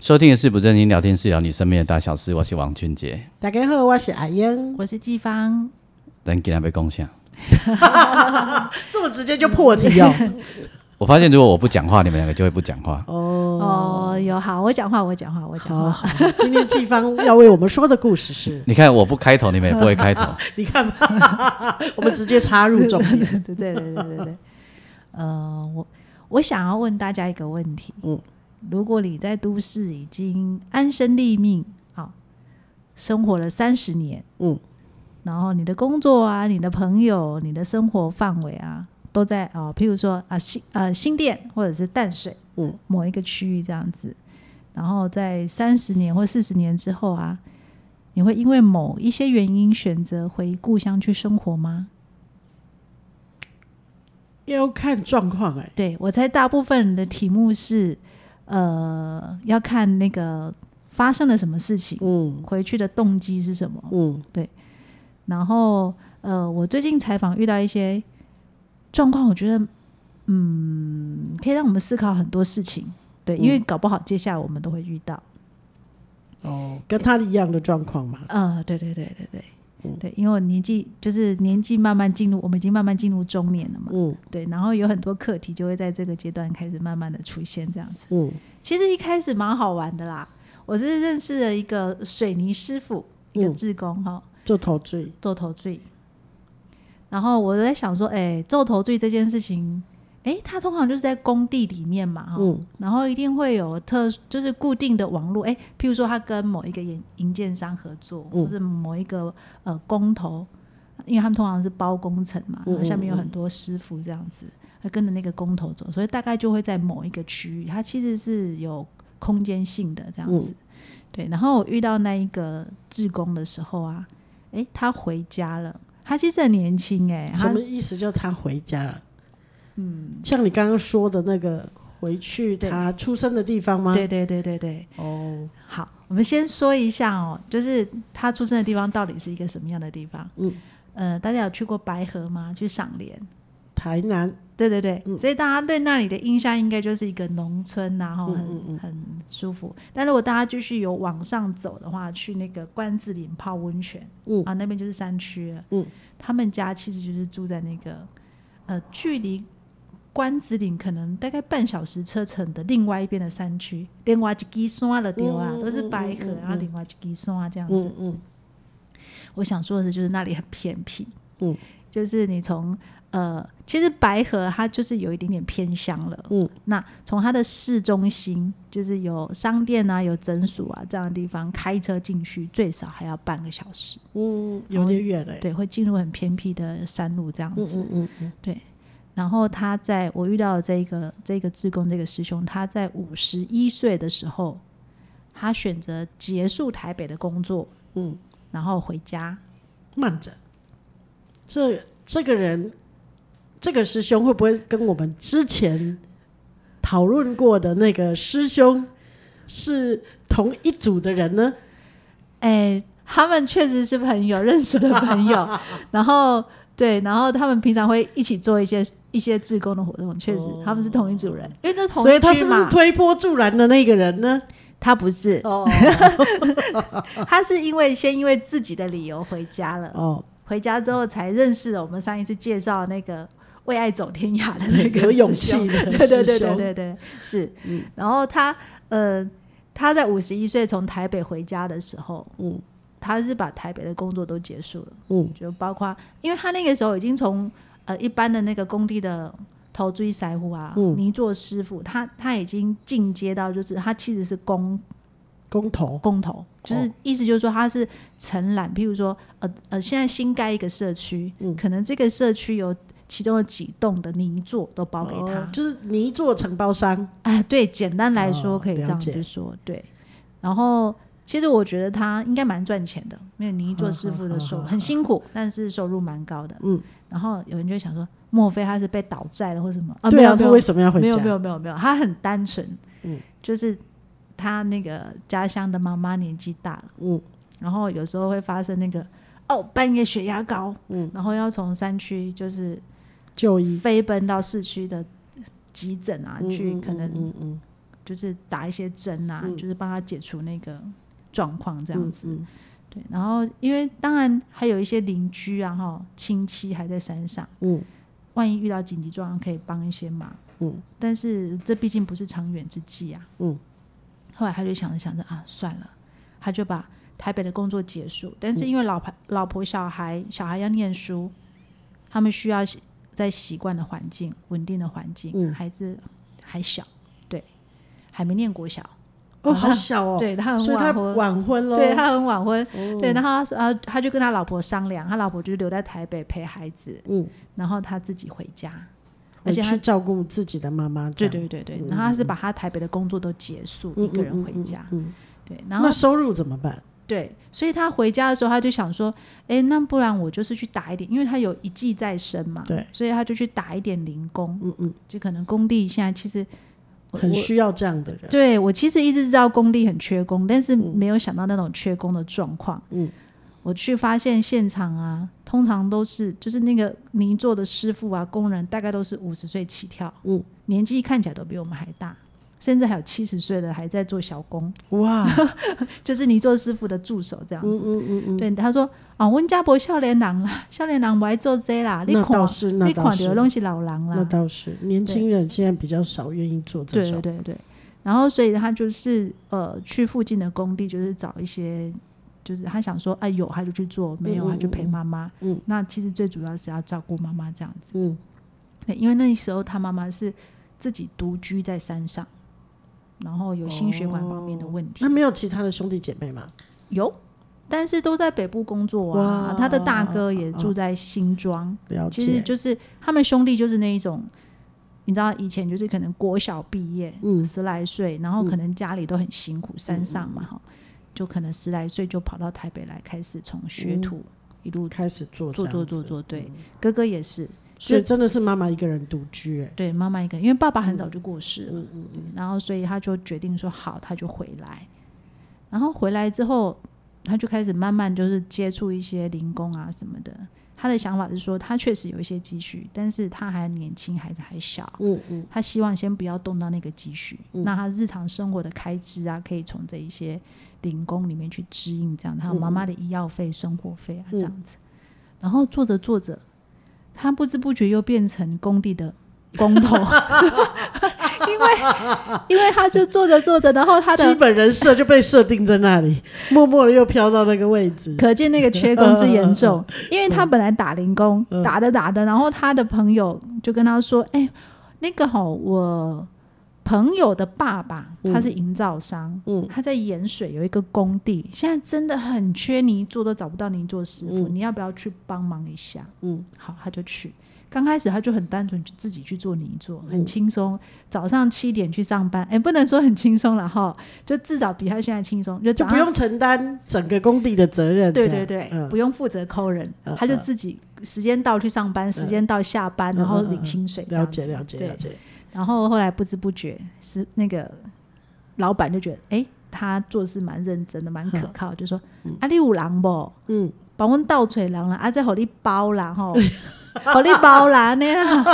收听的是不正经聊天室，聊你身边的大小事。我是王俊杰，大家好，我是阿英，我是季芳，咱今天被贡献。这么直接就破题哦。我发现如果我不讲话，你们两个就会不讲话。哦，有好，我讲话，我讲话，我讲 好话。好，今天季芳要为我们说的故事 是，你看我不开头，你们也不会开头。你看吧，我们直接插入 重点。对对对对对对。呃，我我想要问大家一个问题，嗯如果你在都市已经安身立命，好、生活了三十年，嗯，然后你的工作啊、你的朋友、你的生活范围啊，都在哦，譬如说啊新呃新店或者是淡水，嗯，某一个区域这样子，然后在三十年或四十年之后啊，你会因为某一些原因选择回故乡去生活吗？ 要看状况哎，对我猜大部分人的题目是，呃，要看那个发生了什么事情，嗯回去的动机是什么。嗯然后，呃，我最近采访遇到一些状况，我觉得，嗯，可以让我们思考很多事情。对，因为搞不好接下来我们都会遇到。哦，跟他一样的状况嘛。呃，对对对对对。对，因为我年纪就是年纪慢慢进入，我们已经慢慢进入中年了嘛。嗯对，然后有很多课题就会在这个阶段开始慢慢的出现，这样子。嗯其实一开始蛮好玩的啦，我是认识了一个水泥师傅，一个嗯志工哈、做陶醉，做头坠。然后我在想说，哎、做头坠这件事情，哎、它通常就是在工地里面嘛，哈、嗯然后一定会有特就是固定的网络，哎、譬如说他跟某一个营营建商合作，嗯或是某一个呃工头，因为他们通常是包工程嘛，嗯然后下面有嗯嗯很多师傅这样子，他跟着那个工头走，所以大概就会在某一个区域，它其实是有空间性的这样嗯子。对，然后我遇到那一个志工的时候啊，诶，他回家了，他其实很年轻诶，什他么意思？叫他回家。嗯，像你刚刚说的那个，回去对他出生的地方吗？对对对对对，哦，好，我们先说一下哦，就是他出生的地方到底是一个什么样的地方？嗯，呃，大家有去过白河吗？去赏莲？台南，对对对，嗯所以大家对那里的印象应该就是一个农村、啊，然后很、嗯嗯嗯很舒服。但如果大家继续有往上走的话，去那个关子岭泡温泉，嗯啊，那边就是山区了。嗯，他们家其实就是住在那个呃，距离关子岭可能大概半小时车程的另外一边的山区，另外一支山了丢啊，嗯嗯都是白河，嗯嗯嗯然后另外一支山这样子。嗯嗯我想说的是，就是那里很偏僻，嗯，就是你从呃，其实白河它就是有一点点偏乡了，嗯，那从它的市中心，就是有商店啊、有诊所啊这样的地方，开车进去最少还要半个小时，嗯，有点远嘞。对，会进入很偏僻的山哦路这样嗯子，嗯嗯嗯，对。然后他在我遇到的这个这个志工这个师兄，他在五十一岁的时候，他选择结束台北的工作，嗯，然后回家，慢着，这这个人，这个师兄会不会跟我们之前讨论过的那个师兄是同一组的人呢？哎、他们确实是朋友，认识的 朋友。然后对，然后他们平常会一起做一些一些志工的活动，确实、他们是同一组人，因为都同哦所以一他区是不是嘛。推波助澜的那个人呢？他不是，哦他是因为先因为自己的理由回家了， 哦，回家之后才认识了我们上一次介绍那个为爱走天涯的那个有勇师气兄的 对对对师对兄嗯对对，是。然后他呃，他在五十一岁从台北回家的时候，嗯他是把台北的工作都结束了，嗯就包括因为他那个时候已经从呃一般的那个工地的头锥筛户啊、嗯泥做师傅，他他已经进阶到就是他其实是工工头，工头，哦就是意思就是说他是承揽，譬如说呃呃，现在新盖一个社区，嗯可能这个社区有其中的几栋的泥作都包给他。哦就是泥做承包商，哎，对，简单来说哦可以这样了解子说，对。然后其实我觉得他应该蛮赚钱的，因为泥做师傅的收入很辛苦，但是收入蛮高的。嗯，然后有人就会想说，莫非他是被倒债了或什么？啊，没对有啊，没他有为什么要回没有家？没有没有没有，他很单纯，嗯就是他那个家乡的妈妈年纪大了，嗯然后有时候会发生那个哦半夜血压高，嗯然后要从山区就是就医飞奔到市区的急诊啊，嗯去嗯可能嗯嗯就是打一些针啊，嗯就是帮他解除那个状况这样子。嗯对，然后因为当然还有一些邻居啊哈亲戚还在山上。嗯万一遇到紧急状况，可以帮一些忙。嗯，但是这毕竟不是长远之计啊。嗯，后来他就想着想着啊，算了，他就把台北的工作结束。但嗯是因为老婆、老婆、小孩、小孩要念书，他们需要习在习惯的环境、稳定的环境。嗯孩子还小，对，还没念国小，哦，啊他好小哦，对他很所以他晚婚。晚婚喽，对他很晚婚，哦对，然后他说啊，他就跟他老婆商量，他老婆就留在台北陪孩子，嗯，然后他自己回家，而回且他去照顾自己的妈妈这对样，对对对，然后他是把他台北的工作都结束，嗯，一个人嗯回嗯家。嗯，嗯对，然后那收入怎么办？对，所以他回家的时候，他就想说，哎，那不然我就是去打一点，因为他有一技在身嘛，对，所以他就去打一点零工，嗯嗯，就可能工地现在其实我很我需要这样的 人，对我其实一直知道工地很缺工，但是没有想到那种缺工的状况。嗯，我去发现现场啊，通常都是就是那个泥做的师傅啊，工人大概都是五十岁起跳，嗯，年纪看起来都比我们还大，甚至还有七十岁的还在做小工，哇，就是泥做师傅的助手这样嗯子。嗯嗯嗯， 对，他说啊，温家伯少年郎啦，少年郎不爱做这啦，你那看倒是，那你倒看的是，东西老郎啦那，倒是，年轻人现在比较少愿意做这对对种，对对，然后所以他就是呃去附近的工地，就是找一些，就是他想说，哎、有他就去做，没有嗯嗯他就陪嗯嗯妈妈。嗯那其实最主要是要照顾妈妈这样子，嗯，对，因为那时候他妈妈是自己独居在山上，然后有心血管方面的问题，那没有其他的兄弟姐妹吗？有。但是都在北部工作啊，哇嗯他的大哥也住在新庄，了其实解，就是他们兄弟就是那一种，你知道以前就是可能国小毕业，嗯十来岁，然后可能家里都很辛苦，山上嘛哈，就可能十来岁就跑到台北来，开始从学徒一路开始哦做这做样做做子，嗯做，对，哥哥也是，所以真的是妈妈一个人独嗯居，哎，对，妈妈一个人，因为爸爸很早就过世了，对然后所以他就决定说好，他就回来，然后回来之后，他就开始慢慢就是接触一些零工啊什么的。他的想法是说，他确实有一些积蓄，但是他还年轻，孩子还小，嗯嗯他希望先不要动到那个积蓄，那他日常生活的开支啊，可以从这一些零工里面去支应，这样还有妈嗯妈的医药费、生活费啊，这样子。然后做着做着，他不知不觉又变成工地的工头， 因为因为他就做着做着，然后他基的本人设就被设定在那里， 默默的又飘到那个位置，可见那个缺工之严 重，嗯因为他本来打零工，打着打着，然后他的朋友就跟他说：“哎、那个吼，我朋友的爸爸他是营造商，嗯他在盐水有一个工地，现在真的很缺泥做，都找不到泥做师傅，你要不要去帮忙一下？”嗯，好，他就去。刚开始他就很单纯，就自己去做泥嗯做，很轻松。早上七点去上班，哎、不能说很轻松了哈，就至少比他现在轻松。就就早不上用承担整个工地的责任，对这对样对，嗯不用负责扣人，嗯他就自己时间到去上班，时间到下班，嗯然后嗯嗯领薪水这了样子。解了解了对，解，然后后来不知不觉是那个老板就觉得，哎，他做事蛮认真的，蛮可靠，就说啊，你有人不？嗯，把我倒锤人了，啊，再给你包啦吼， 给你包啦那样。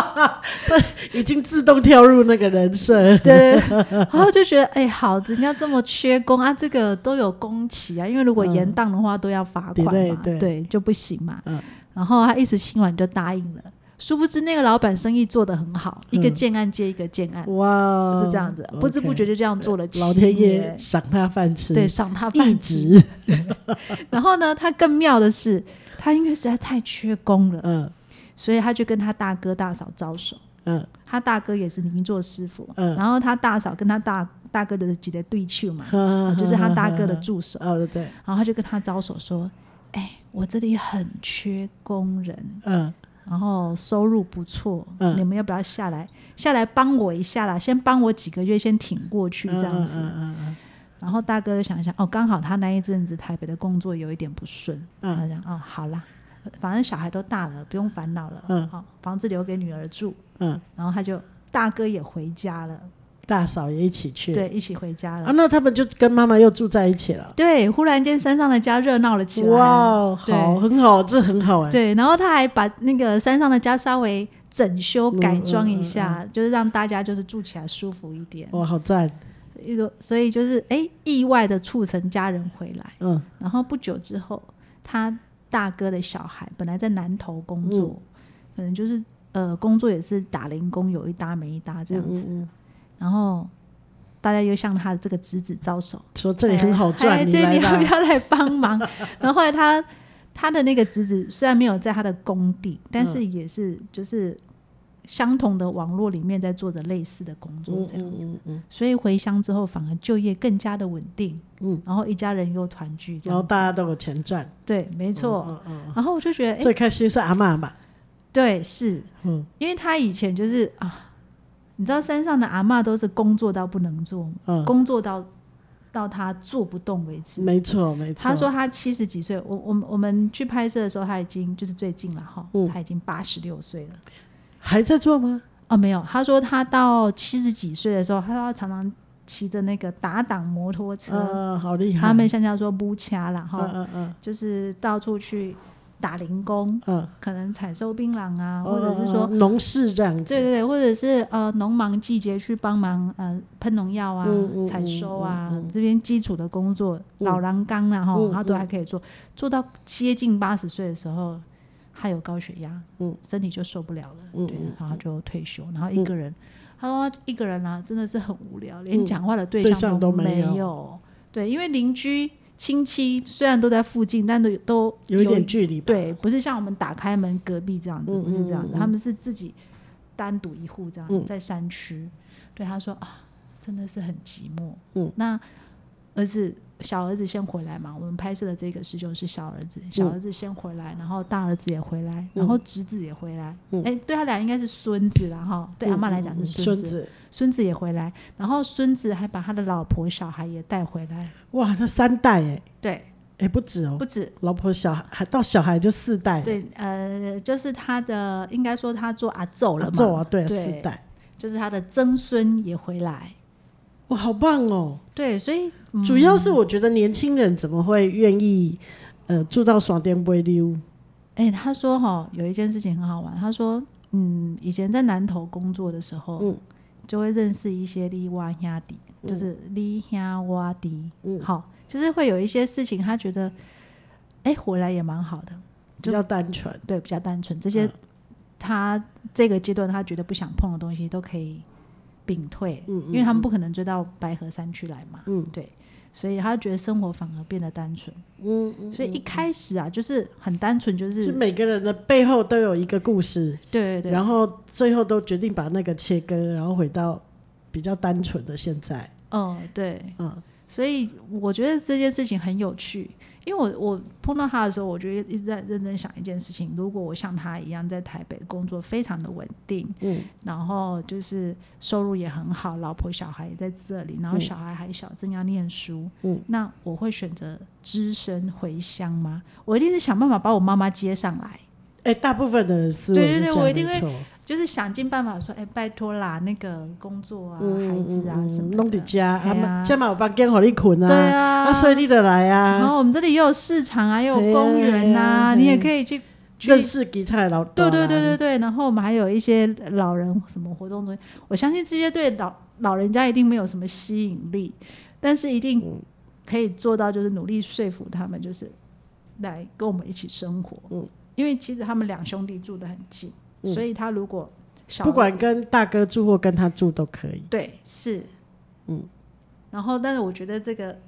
已经自动跳入那个人设， 对对，对然后就觉得哎、好，人家这么缺工啊，这个都有工期啊，因为如果延档的话都要罚款嘛，嗯 delay，对就不行嘛。嗯然后他一时心软就答应了，殊不知那个老板生意做得很好，一个嗯建案接一个建案，哇，就这样子，不知不觉 OK 就这样做了七老天爷年。赏他饭吃，对，赏他一饭吃。直，然后呢，他更妙的是，他因为实在太缺工了，嗯所以他就跟他大哥大嫂招手。嗯他大哥也是泥做师傅，嗯然后他大嫂跟他大大哥的几个对手嘛，嗯，就是他大哥的助手，哦对，然后他就跟他招手说：“哎、我这里很缺工人，嗯然后收入不错，嗯你们要不要下来下来帮我一下啦？先帮我几个月，先挺过去这样子。嗯嗯然后大哥就想一想，哦，刚好他那一阵子台北的工作有一点不顺，嗯他想，哦，好啦，反正小孩都大了，不用烦恼了，嗯好、房子留给女儿住，嗯嗯，然后他就大哥也回家了，大嫂也一起去，对，一起回家了。啊，那他们就跟妈妈又住在一起了。对，忽然间山上的家热闹了起来。哇哦，对好，很好，这很好哎。对，然后他还把那个山上的家稍微整修嗯改装一下，就是让大家就是住起来舒服一点。哇，好赞，一个，所以就是哎，意外的促成家人回来。嗯然后不久之后，他大哥的小孩本来在南投工作，嗯可能就是呃工作也是打零工，有一搭没一搭这样子。嗯嗯然后大家又向他的这个侄子招手，说这里很好哎赚，对，来你要吧不。要来帮忙？ 然后后来他他的那个侄子虽然没有在他的工地，但是也是就是相同的网络里面在做着类似的工作嗯这样嗯子，嗯嗯，所以回乡之后反而就业更加的稳定，嗯，哦然后一家人又团聚这然后样，大家都有钱赚，对，没错。嗯嗯，然后我就觉得，嗯哎、最开心是阿嬷吧？对，是嗯因为他以前就是啊，你知道山上的阿嬷都是工作到不能做，嗯，工作到到他做不动为止，没错没错。他说他七十几岁，我我们我们去拍摄的时候，他已经就是最近了哈，嗯他已经八十六岁了。还在做吗？哦，没有，他说他到七十几岁的时候，他说他常常骑着那个打挡摩托车，嗯，好厉害。他们像叫做布卡啦嗯哈，嗯嗯就是到处去打零工，嗯，可能采收槟榔啊，嗯或者是说。嗯嗯农事这样子。对对对，或者是呃农忙季节去帮忙呃喷农药啊、嗯嗯采收啊，嗯嗯嗯这边基础的工作，老狼缸啦哈，嗯然后都还可以做，做到接近八十岁的时候，他有高血压，嗯，身体就受不了了，嗯对嗯嗯，然后就退休，然后一个人，他说他一个人啊，真的是很无聊，连嗯讲话的对对象象都没没有对，因为邻居亲戚虽然都在附近，但都都有一点距离吧。对，不是像我们打开门隔壁这样子，嗯不是这样子，嗯嗯他们是自己单独一户这样，嗯在山区。对，他说啊，真的是很寂寞。嗯，那儿子小儿子先回来嘛，我们拍摄的这个师兄是小儿子，小嗯儿子先回来，然后大儿子也回来，然后侄子也回来。哎、嗯对他俩应该是孙子啦哈，对阿妈来讲是孙孙子，子。孙子也回来，然后孙子还把他的老婆小孩也带回来。哇，那三代哎，对，哎不止哦不，止老婆小孩还到小孩就四代。啊对，呃，就是他的，应该说他做阿昼了啊，嘛，做啊，对啊，对四代。就是他的曾孙也回来，哇，好棒哦！对，所以、嗯主要是我觉得年轻人怎么会愿意呃住到爽点不会溜？哎、他说哈、有一件事情很好玩，他说，嗯，以前在南投工作的时候，嗯就会认识一些利蛙兄弟，就是利兄蛙弟，嗯好，就是会有一些事情，他觉得，哎、回来也蛮好的，比较单纯，对，比较单纯，这些、嗯他这个阶段他觉得不想碰的东西都可以屏退，嗯嗯因为他们不可能追到白河山区来嘛，嗯对，所以他觉得生活反而变得单纯，嗯，嗯所以一开始啊就是很单纯，就是是每个人的背后都有一个故事，对对对，然后最后都决定把那个切割，然后回到比较单纯的现在。嗯对，嗯所以我觉得这件事情很有趣，因为我我碰到他的时候，我就一直在认真想一件事情，如果我像他一样在台北工作非常的稳定，嗯然后就是收入也很好，老婆小孩也在这里，然后嗯小孩还小，正要念书，嗯，那我会选择只身回乡吗？我一定是想办法把我妈妈接上来，哎、大部分的人思维对对是对这样我一定会没错，就是想尽办法说，哎，拜托啦，那个工作啊，孩子啊什么嗯的，弄在家，嘿啊啊，家嘛有房间给你困对啊，啊，啊，所以你得来然啊，后我们这里也有市场啊，也有公园哎呐、呀你也可以去。去认识吉他的老啊对大对人对对对，然后我们还有一些老人什么活动中心，我相信这些对老老人家一定没有什么吸引力，但是一嗯定可以做到，就是努力说服他们，就是来跟我们一起生活。嗯，因为其实他们两兄弟住得很近，嗯所以他如果小不管跟大哥住或跟他住都可以。对是嗯，然后但是我觉得这个，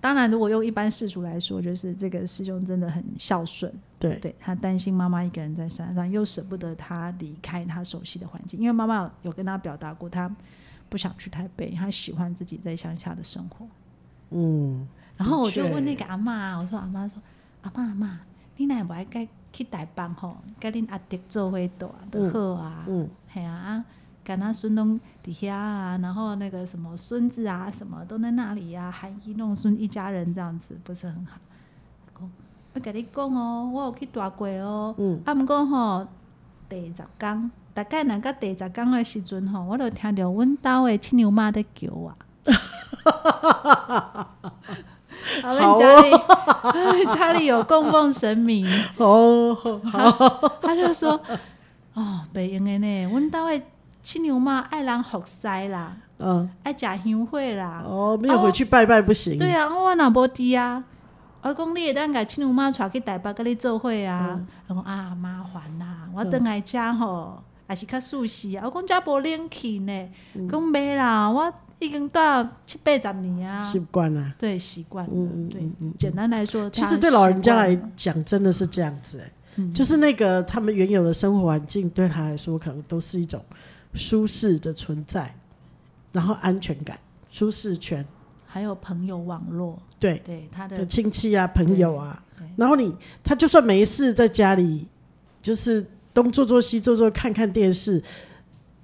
当然如果用一般世俗来说，就是这个师兄真的很孝顺。对，对他担心妈妈一个人在山上，又舍不得他离开他熟悉的环境，因为妈妈有有跟他表达过，他不想去台北，他喜欢自己在乡下的生活。嗯，然后我就的确问那个阿嬷，我说阿嬷说阿嬷阿嬷，你若无爱甲去台北吼，甲恁阿弟做伙住就好啊。嗯，嘿啊啊，干那孙拢底下啊，然后那个什么孙子啊，什么都在那里啊，含饴弄孙一家人这样子，不是很好。讲我甲你讲哦，我有去大过哦，嗯啊，毋过吼，第十天，大概若到第十天的时阵吼，我就听着阮兜的七娘妈在叫我。 啊，阮家里，阮 家里有供奉神明， 哦，好 他他就说：“哦，袂用的呢，阮兜的七娘妈爱人服侍啦，嗯，爱食香火啦。哦，没有回去拜拜不行。对啊，我若无伫啊。我讲你会当甲亲娘妈带去台北甲你做伙啊。嗯我讲啊，麻烦啦，我等来遮吼，也是较舒适啊。我讲遮无冷气呢，嗯讲袂啦，我已经到七八十年啊，习惯了。对习惯了。嗯嗯对，简单来说，其他实对老人家习惯来了讲，真的是这样子、欸，嗯就是那个他们原有的生活环境对他来说，可能都是一种舒适的存在，然后安全感、舒适圈，还有朋友网络，对，对他的就亲戚啊、朋友啊对对，然后你他就算没事在家里，就是东做做西做做，看看电视。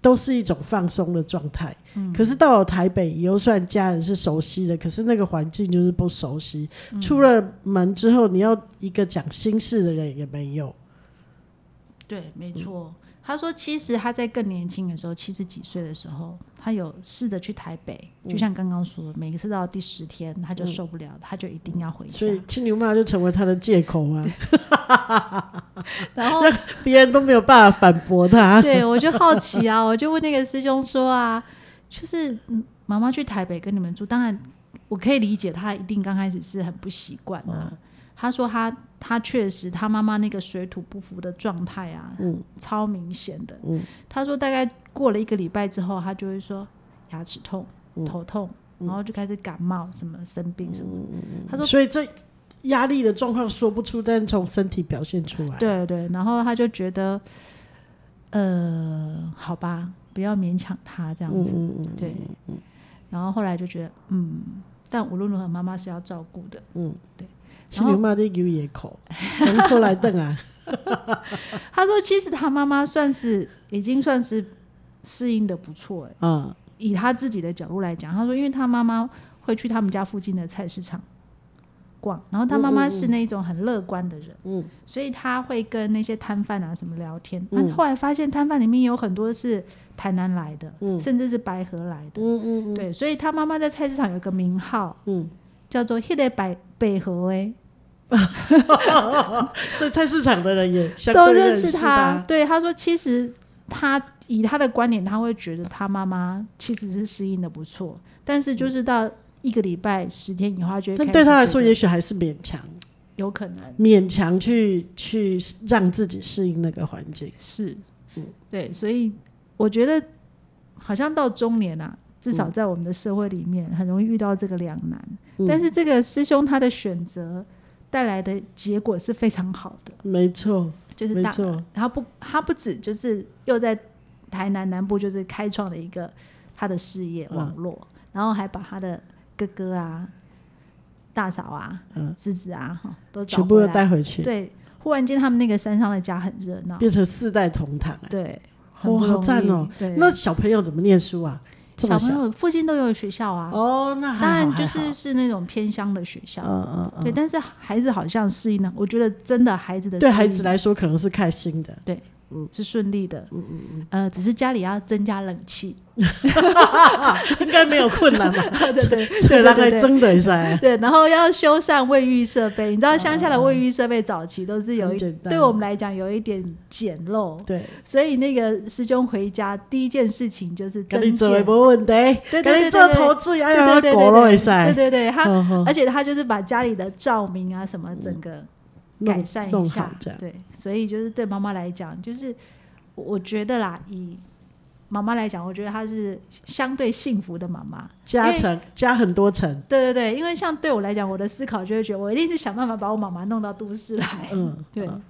都是一种放松的状态，嗯可是到了台北，以后虽然家人是熟悉的，可是那个环境就是不熟悉。嗯出了门之后，你要一个讲心事的人也没有。对，没嗯错。他说，其实他在更年轻的时候，七十几岁的时候，他有试着去台北，嗯就像刚刚说的，每一次到第十天他就受不了，他就一定要回家 所。以青牛妈就成为他的借口啊， 然后，别人都没有办法反驳他。对我就好奇啊，我就问那个师兄说啊，就是嗯妈妈去台北跟你们住，当然我可以理解，他一定刚开始是很不习惯啊。他说他他确实他妈妈那个水土不服的状态啊，超明显的。他说大概过了一个礼拜之后，他就会说牙齿痛、头痛，然后就开始感冒，什么生病什么。他说所以这压力的状况说不出，但是从身体表现出来。，对对，然后他就觉得，呃，好吧，不要勉强他这嗯样子，对。然后后来就觉得，嗯，但无论如何，妈妈是要照顾的。 青牛妈就有野口，哦然后后来瞪 啊，他说，其实他妈妈算是已经算是适应的不错，哎，啊，以他自己的角度来讲，他说，因为他妈妈会去他们家附近的菜市场。逛，然后他妈妈是那种很乐观的人，嗯所以他会跟那些摊贩啊什么聊天。嗯啊、后来发现摊贩里面有很多是台南来的，嗯甚至是白河来的。嗯嗯嗯对，所以他妈妈在菜市场有个名号嗯，叫做“迄个百北河”哎，所以菜市场的人也相都对认识识他。。对，他说其实他以他的观点，他会觉得他妈妈其实是适应的不错，但是就是到一个礼拜十天以后，他就会但开对始他来觉说，得也许还是勉强，有可能勉强去去让自己适应那个环境。是，嗯对，所以我觉得好像到中年啊，至少在我们的社会里面，很容易遇到这个两难。嗯但是这个师兄他的选择带来的结果是非常好的，没错，就是没大错，他不他不止就是又在台南南部就是开创了一个他的事业嗯网络，然后还把他的哥哥啊、大嫂啊、嗯侄子啊，哈都找全部回都来带回去，对。忽然间，他们那个山上的家很热闹，变成四代同堂。哎对，哇很不好容赞易哦！对，那小朋友怎么念书啊？这小么朋友附近都有学校啊，哦，那还好当然就还是好是那种偏乡的学校，嗯嗯对，嗯，但是孩子好像适应了，我觉得真的孩子的对适孩应子来说可能是开心 的，是顺利的，嗯嗯嗯，呃，只是家里要增加冷气， 应该没有困难吧？对 对对这个对让还对对。真的噻，对，然后要修缮卫浴设备，你知道乡下的卫浴设备早期都是有很一，简单对我们来讲有一点简陋，对，所以那个师兄回家第一件事情就是跟增你建，做也没问题，对对跟对你对做对投资也哎对对要对搞了也对对噻，对对，他呵呵而且他就是把家里的照明啊什么整个改善弄嗯一弄下好这，样对，所以就是对妈妈来讲，就是我我觉得啦，以妈妈来讲，我觉得她是相对幸福的妈妈。加成加很多层，对对对，因为像对我来讲，我的思考就会觉得我一定是想办法把我妈妈弄到都市来。嗯，哎对嗯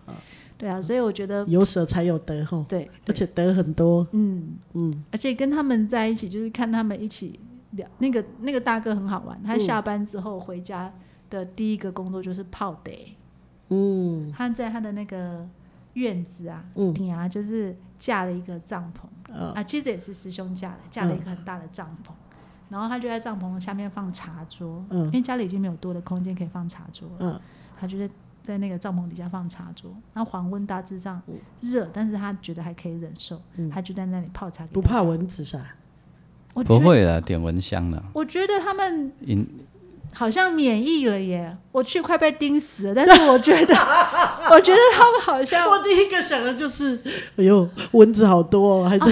对啊，所以我觉得有舍才有得吼，对，而且得很多，嗯嗯，而且跟他们在一起，就是看他们一起聊那个那个大哥很好玩，他嗯下班之后回家的第一个工作就是泡得。嗯，他在他的那个院子啊，嗯顶啊，就是架了一个帐篷、哦啊，其实也是师兄架的，嗯架了一个很大的帐篷，然后他就在帐篷下面放茶桌，嗯因为家里已经没有多的空间可以放茶桌了，嗯他就在在那个帐篷底下放茶桌，然后黄昏大致上热，但是他觉得还可以忍受，嗯他就在那里泡茶给不大家怕蚊子是吧？ 我不觉得，会了，点蚊香了。我觉得他们因好像免疫了耶！我去快被叮死了，但是我觉 得，我觉得他们好像我第一个想的就是，哎呦，蚊子好多、哦，还在、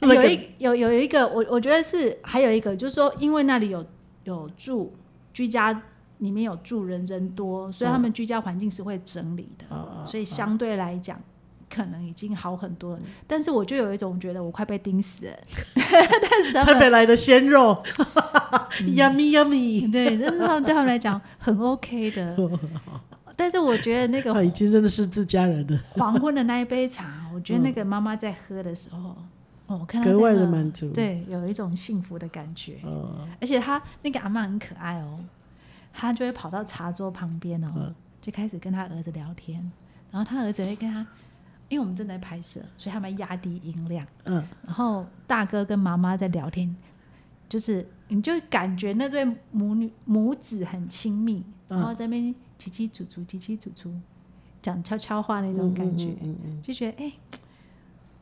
那有个一有有一个，我我觉得是还有一个，就是说，因为那里有有住居家里面有住人人多，所以他嗯们居家环境是会整理的， 啊嗯所以相对来讲。可能已经好很多了，但是我就有一种觉得我快被叮 死了，但是他台们北来的鲜肉嗯，yummy yummy，对，但是他们对他们来讲很 OK 的，但是我觉得那个啊已经真的是自家人了，黄昏的那一杯茶，我觉得那个妈妈在喝的时候，哦，我看她嗯格外的真满足。，对，有一种幸福的感觉。哦，而且她那个阿嬷很可爱哦，她就会跑到茶桌旁边哦，嗯就开始跟她儿子聊天，然后她儿子会跟她，因为我们正在拍摄，所以他们压低音量，嗯，然后大哥跟妈妈在聊天，就是你就感觉那对母女母子很亲密，嗯然后在那边叽叽楚楚叽叽楚楚讲悄悄话那种感觉，嗯嗯就觉得哎、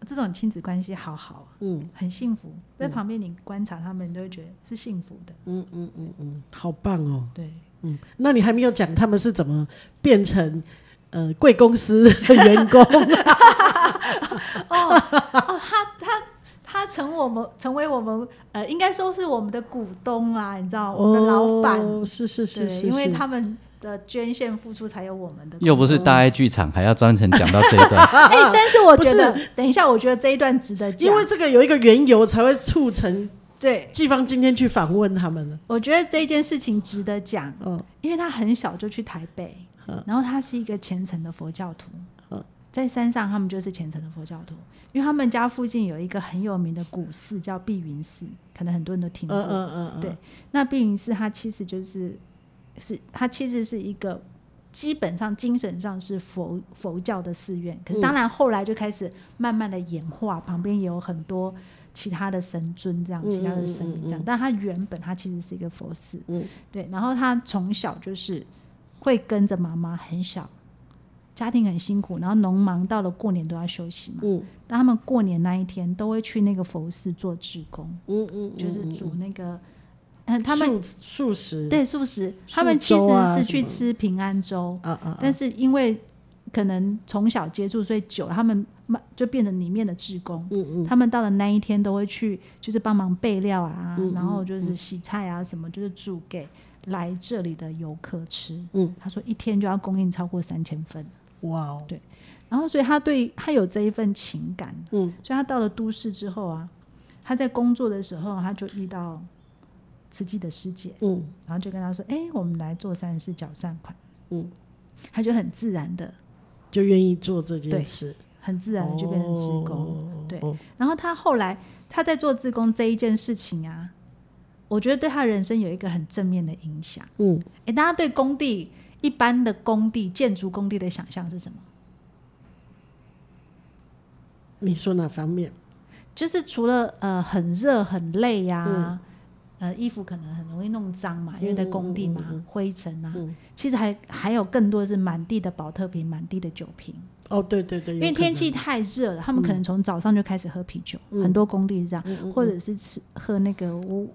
这种亲子关系好好，嗯很幸福。在旁边你观察他们，你都会觉得是幸福的。嗯嗯嗯嗯，好棒哦。对，嗯，那你还没有讲他们是怎么变成呃贵公司的员工？哦哦，他他他成我们成为我们呃，应该说是我们的股东啦，你知道，哦我们的老板，哦是是是对，是，因为是他们的捐献付出才有我们的股东，又不是大爱剧场，还要专程讲到这一 段。哎、但是我不觉是得，等一下，我觉得这一段值得讲，因为这个有一个缘由，才会促成对，季芳今天去访问他们了。我觉得这件事情值得讲，嗯因为他很小就去台北，嗯然后他是一个虔诚的佛教徒嗯，在山上他们就是虔诚的佛教徒，因为他们家附近有一个很有名的古寺叫碧云寺，可能很多人都听嗯过。嗯嗯嗯，对那碧云寺它其实就是是它其实是一个。基本上精神上是佛佛教的寺院，嗯可是当然后来就开始慢慢的演化，旁边也有很多其他的神尊这样，嗯其他的神明这嗯嗯样。嗯但它原本它其实是一个佛寺，嗯对。然后他从小就是会跟着妈妈，很小，家庭很辛苦，然后农忙到了过年都要休息嘛。嗯但他们过年那一天都会去那个佛寺做志工，嗯嗯，就是嗯煮那个，嗯，他们素素食，对素食，素他们其实粥啊是什去么吃平安粥，啊啊，但是因为可能从小接触，所以久了，他们慢就变成里面的志工。嗯嗯他们到了那一天都会去，就是帮忙备料啊，嗯嗯然后就是洗菜啊，什么就是煮给来这里的游客吃。嗯，他说一天就要供应超过三千份，哇哦，然后所以他对他有这一份情感，嗯所以他到了都市之后啊，他在工作的时候他就遇到慈济的师姐，嗯然后就跟他说：“哎、我们来做善事，缴善款。”嗯，他就很自然的、就愿意做这件事，很自然的就变成职工。哦对哦然后他后来他在做志工这一件事情啊，我觉得对他人生有一个很正面的影响。嗯，诶，大家对工地一般的工地、建筑工地的想象是什么？你说哪方面？就是除了呃很热很累呀、嗯呃衣服可能很容易弄脏嘛，因为在工地嘛，嗯嗯嗯嗯灰尘啊。嗯其实还还有更多是满地的保特瓶、满地的酒瓶，哦，对对对，因有为可能天气，太热了，他们可能从早上就开始喝啤酒，嗯很多工地是这样，嗯嗯或者是吃喝那个乌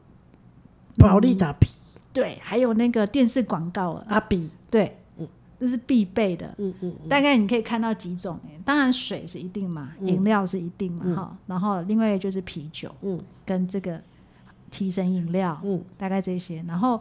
保利达皮对，还有那个电视广告啊，阿比，对嗯，这是必备的。嗯嗯大概你可以看到几种、欸，当然水是一定嘛，嗯饮料是一定嘛，嗯哈、然后另外一个就是啤酒嗯跟这个提神饮料，嗯大概这些。然后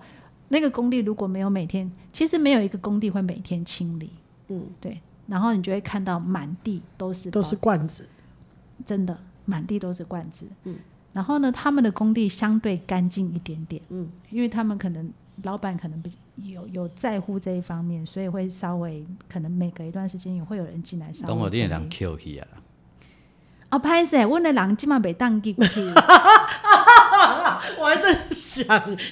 那个工地如果没有每天，其实没有一个工地会每天清理，嗯，对。然后你就会看到满地都是都是包罐子， 真的，满地都是罐子。嗯。然后呢，他们的工地相对干净一点点。嗯因为他们可能老板可能比有有在乎这一方面，所以会稍微可能每隔一段时间也会有人进来稍微等我练人整理 Q 去啊，哦，拍谁？问的人今嘛被当进去，我还在想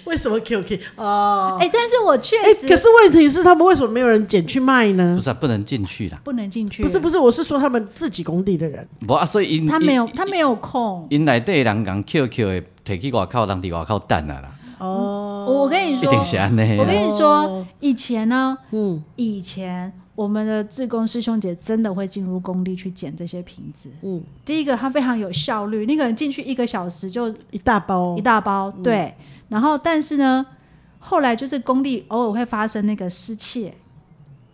为什么 QK 哦，哎、但是我确哎、实、可是问题是他们为什么没有人捡去卖不呢？是、啊、不能进去啦。不能进去，不是不是，是，我是说他们自己工地的人，无啊，所以因他没有他没有空。因内底人共 QQ 的摕去外口，人伫外口等啊啦，哦，我跟你一定是说，安尼我跟啦。你说，以前呢，嗯以前我们的志工师兄姐真的会进入工地去捡这些瓶子。嗯，第一个，他非常有效率，那个人进去一个小时就一大包一，大包，对。然后，但是呢，后来就是工地偶尔会发生那个失窃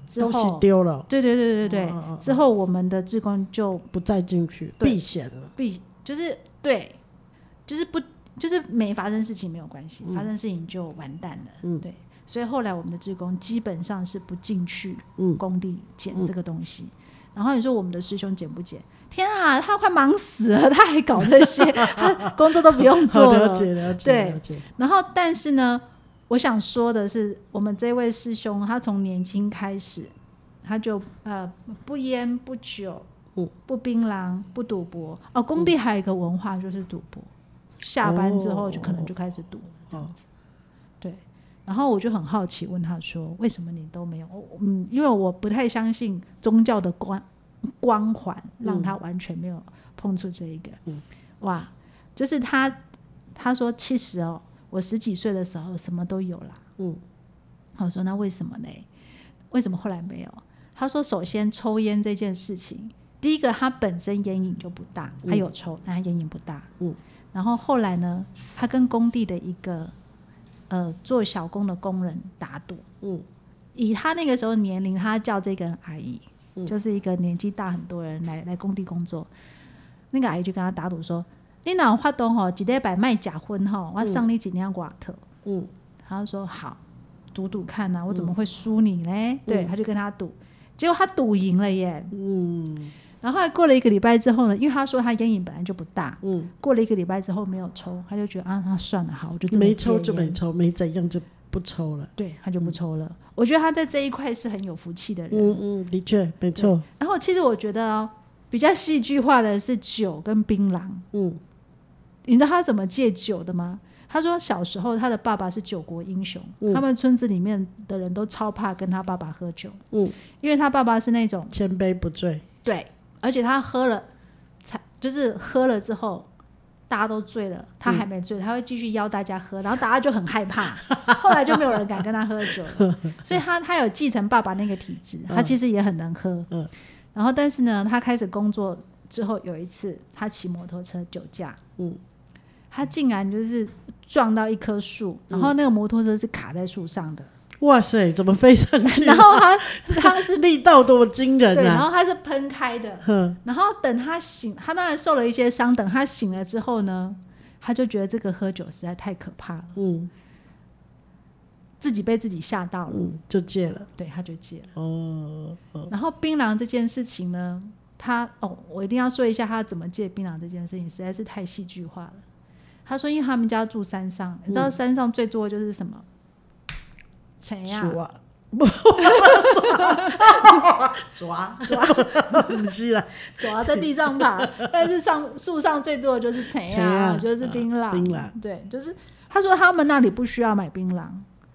之东西后，丢了对对对对对嗯嗯嗯之后我们的志工就不再进去，对避险了。必就是对，就是不就是没发生事情没有关系，发生事情就完蛋了，嗯对。所以后来我们的志工基本上是不进去嗯工地捡这个东西。然后你说我们的师兄捡不捡？天啊，他快忙死了，他还搞这些，他工作都不 用嗯好做了解了解对了解，然后，但是呢，我想说的是，我们这位师兄他从年轻开始，他就呃不烟不酒嗯，不槟榔，不赌博。哦，工地还有一个文化就是赌博，下班之后哦就可能就开始赌了这样子。对。然后我就很好奇，问他说：“为什么你都没有？”我嗯，因为我不太相信宗教的光光环，让他完全没有碰触这一个。嗯哇，就是他他说其实哦，我十几岁的时候什么都有啦。嗯，我说那为什么呢？为什么后来没有？他说首先抽烟这件事情，第一个他本身烟瘾就不大，他有抽，但他烟瘾不大。嗯，然后后来呢，他跟工地的一个呃做小工的工人打赌，嗯以他那个时候年龄，他叫这个人阿姨，嗯就是一个年纪大很多人来来工地工作。那个阿姨就跟他打赌说：“你哪有发动吼，几礼拜卖假婚吼，我送你几辆瓦特。嗯他就说：“好，赌赌看啊呐、我怎么会输你嘞？”对，他就跟他赌，结果他赌赢了耶。嗯然后后来过了一个礼拜之后呢，因为他说他烟瘾本来就不大，嗯，过了一个礼拜之后没有抽，他就觉得啊，那算了，好，我就这么没抽戒就烟没抽，没怎样就不抽了。对，他就不抽了。我觉得他在这一块是很有福气的人。嗯嗯，的确没错。然后其实我觉得、哦、比较戏剧化的是酒跟槟榔。嗯你知道他怎么戒酒的吗？他说小时候他的爸爸是酒国英雄，嗯他们村子里面的人都超怕跟他爸爸喝酒，嗯，因为他爸爸是那种千杯不醉。对，而且他喝了才就是喝了之后。大家都醉了，他嗯还没醉，他会继续邀大家喝，然后大家就很害怕， 后来就没有人敢跟他喝酒了。 所以他他有继承爸爸那个体质，他其实也很能喝。嗯然后但是呢，他开始工作之后，有一次他骑摩托车酒驾，嗯他竟然就是撞到一棵树，嗯然后那个摩托车是卡在树 上的，哇塞，怎么飞上 去？然后他 他是力道多么惊对，人然啊！后他是喷开的，哼，然后等他醒，他当然受了一些伤，等他醒了之后呢，他就觉得这个喝酒实在太可怕了，嗯自己被自己吓到了，嗯，就戒了。对，他就戒了。哦，然后槟榔这件事情呢，他哦，我一定要说一下他怎么戒槟榔这件事情，实在是太戏剧化了。他说，因为他们家住山上，你知道山上最多的就是什么？谁呀、数啊，抓抓抓，不啊 是啦，走啊，在地上 爬，但是上树上最多的就是陈橙呀、啊就是槟榔，槟榔对，就是他说他们那里不需要买槟榔，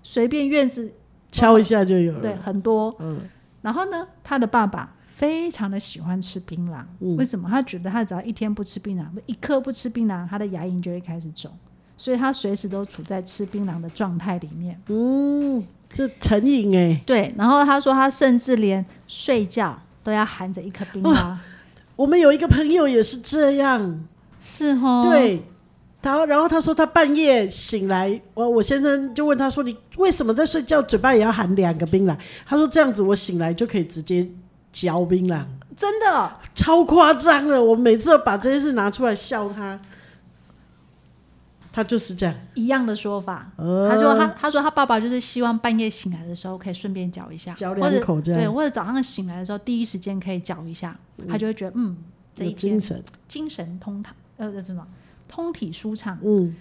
随便院子敲一下就有对了。很多。嗯然后呢，他的爸爸非常的喜欢吃槟榔，嗯为什么？他觉得他只要一天不吃槟榔，一颗不吃槟榔，他的牙龈就会开始肿，所以他随时都处在吃槟榔的状态里面。嗯，这成瘾哎，对，然后他说他甚至连睡觉都要含着一颗槟哦榔，我们有一个朋友也是这样，是哦，，对。他然后他说他半夜醒来，我我先生就问他说：“你为什么在睡觉，嘴巴也要含两个槟榔？”他说：“这样子我醒来就可以直接嚼槟榔。”真的。哦超夸张的，我每次都把这些事拿出来笑他，他就是这样。一样的说法。呃他说他他说他爸爸就是希望半夜醒来的时候可以顺便嚼一下，嚼或者两口这样对，或者早上醒来的时候第一时间可以嚼一下，他就会觉得嗯，这有一精天神，精神通畅，呃，这什么通体舒畅。嗯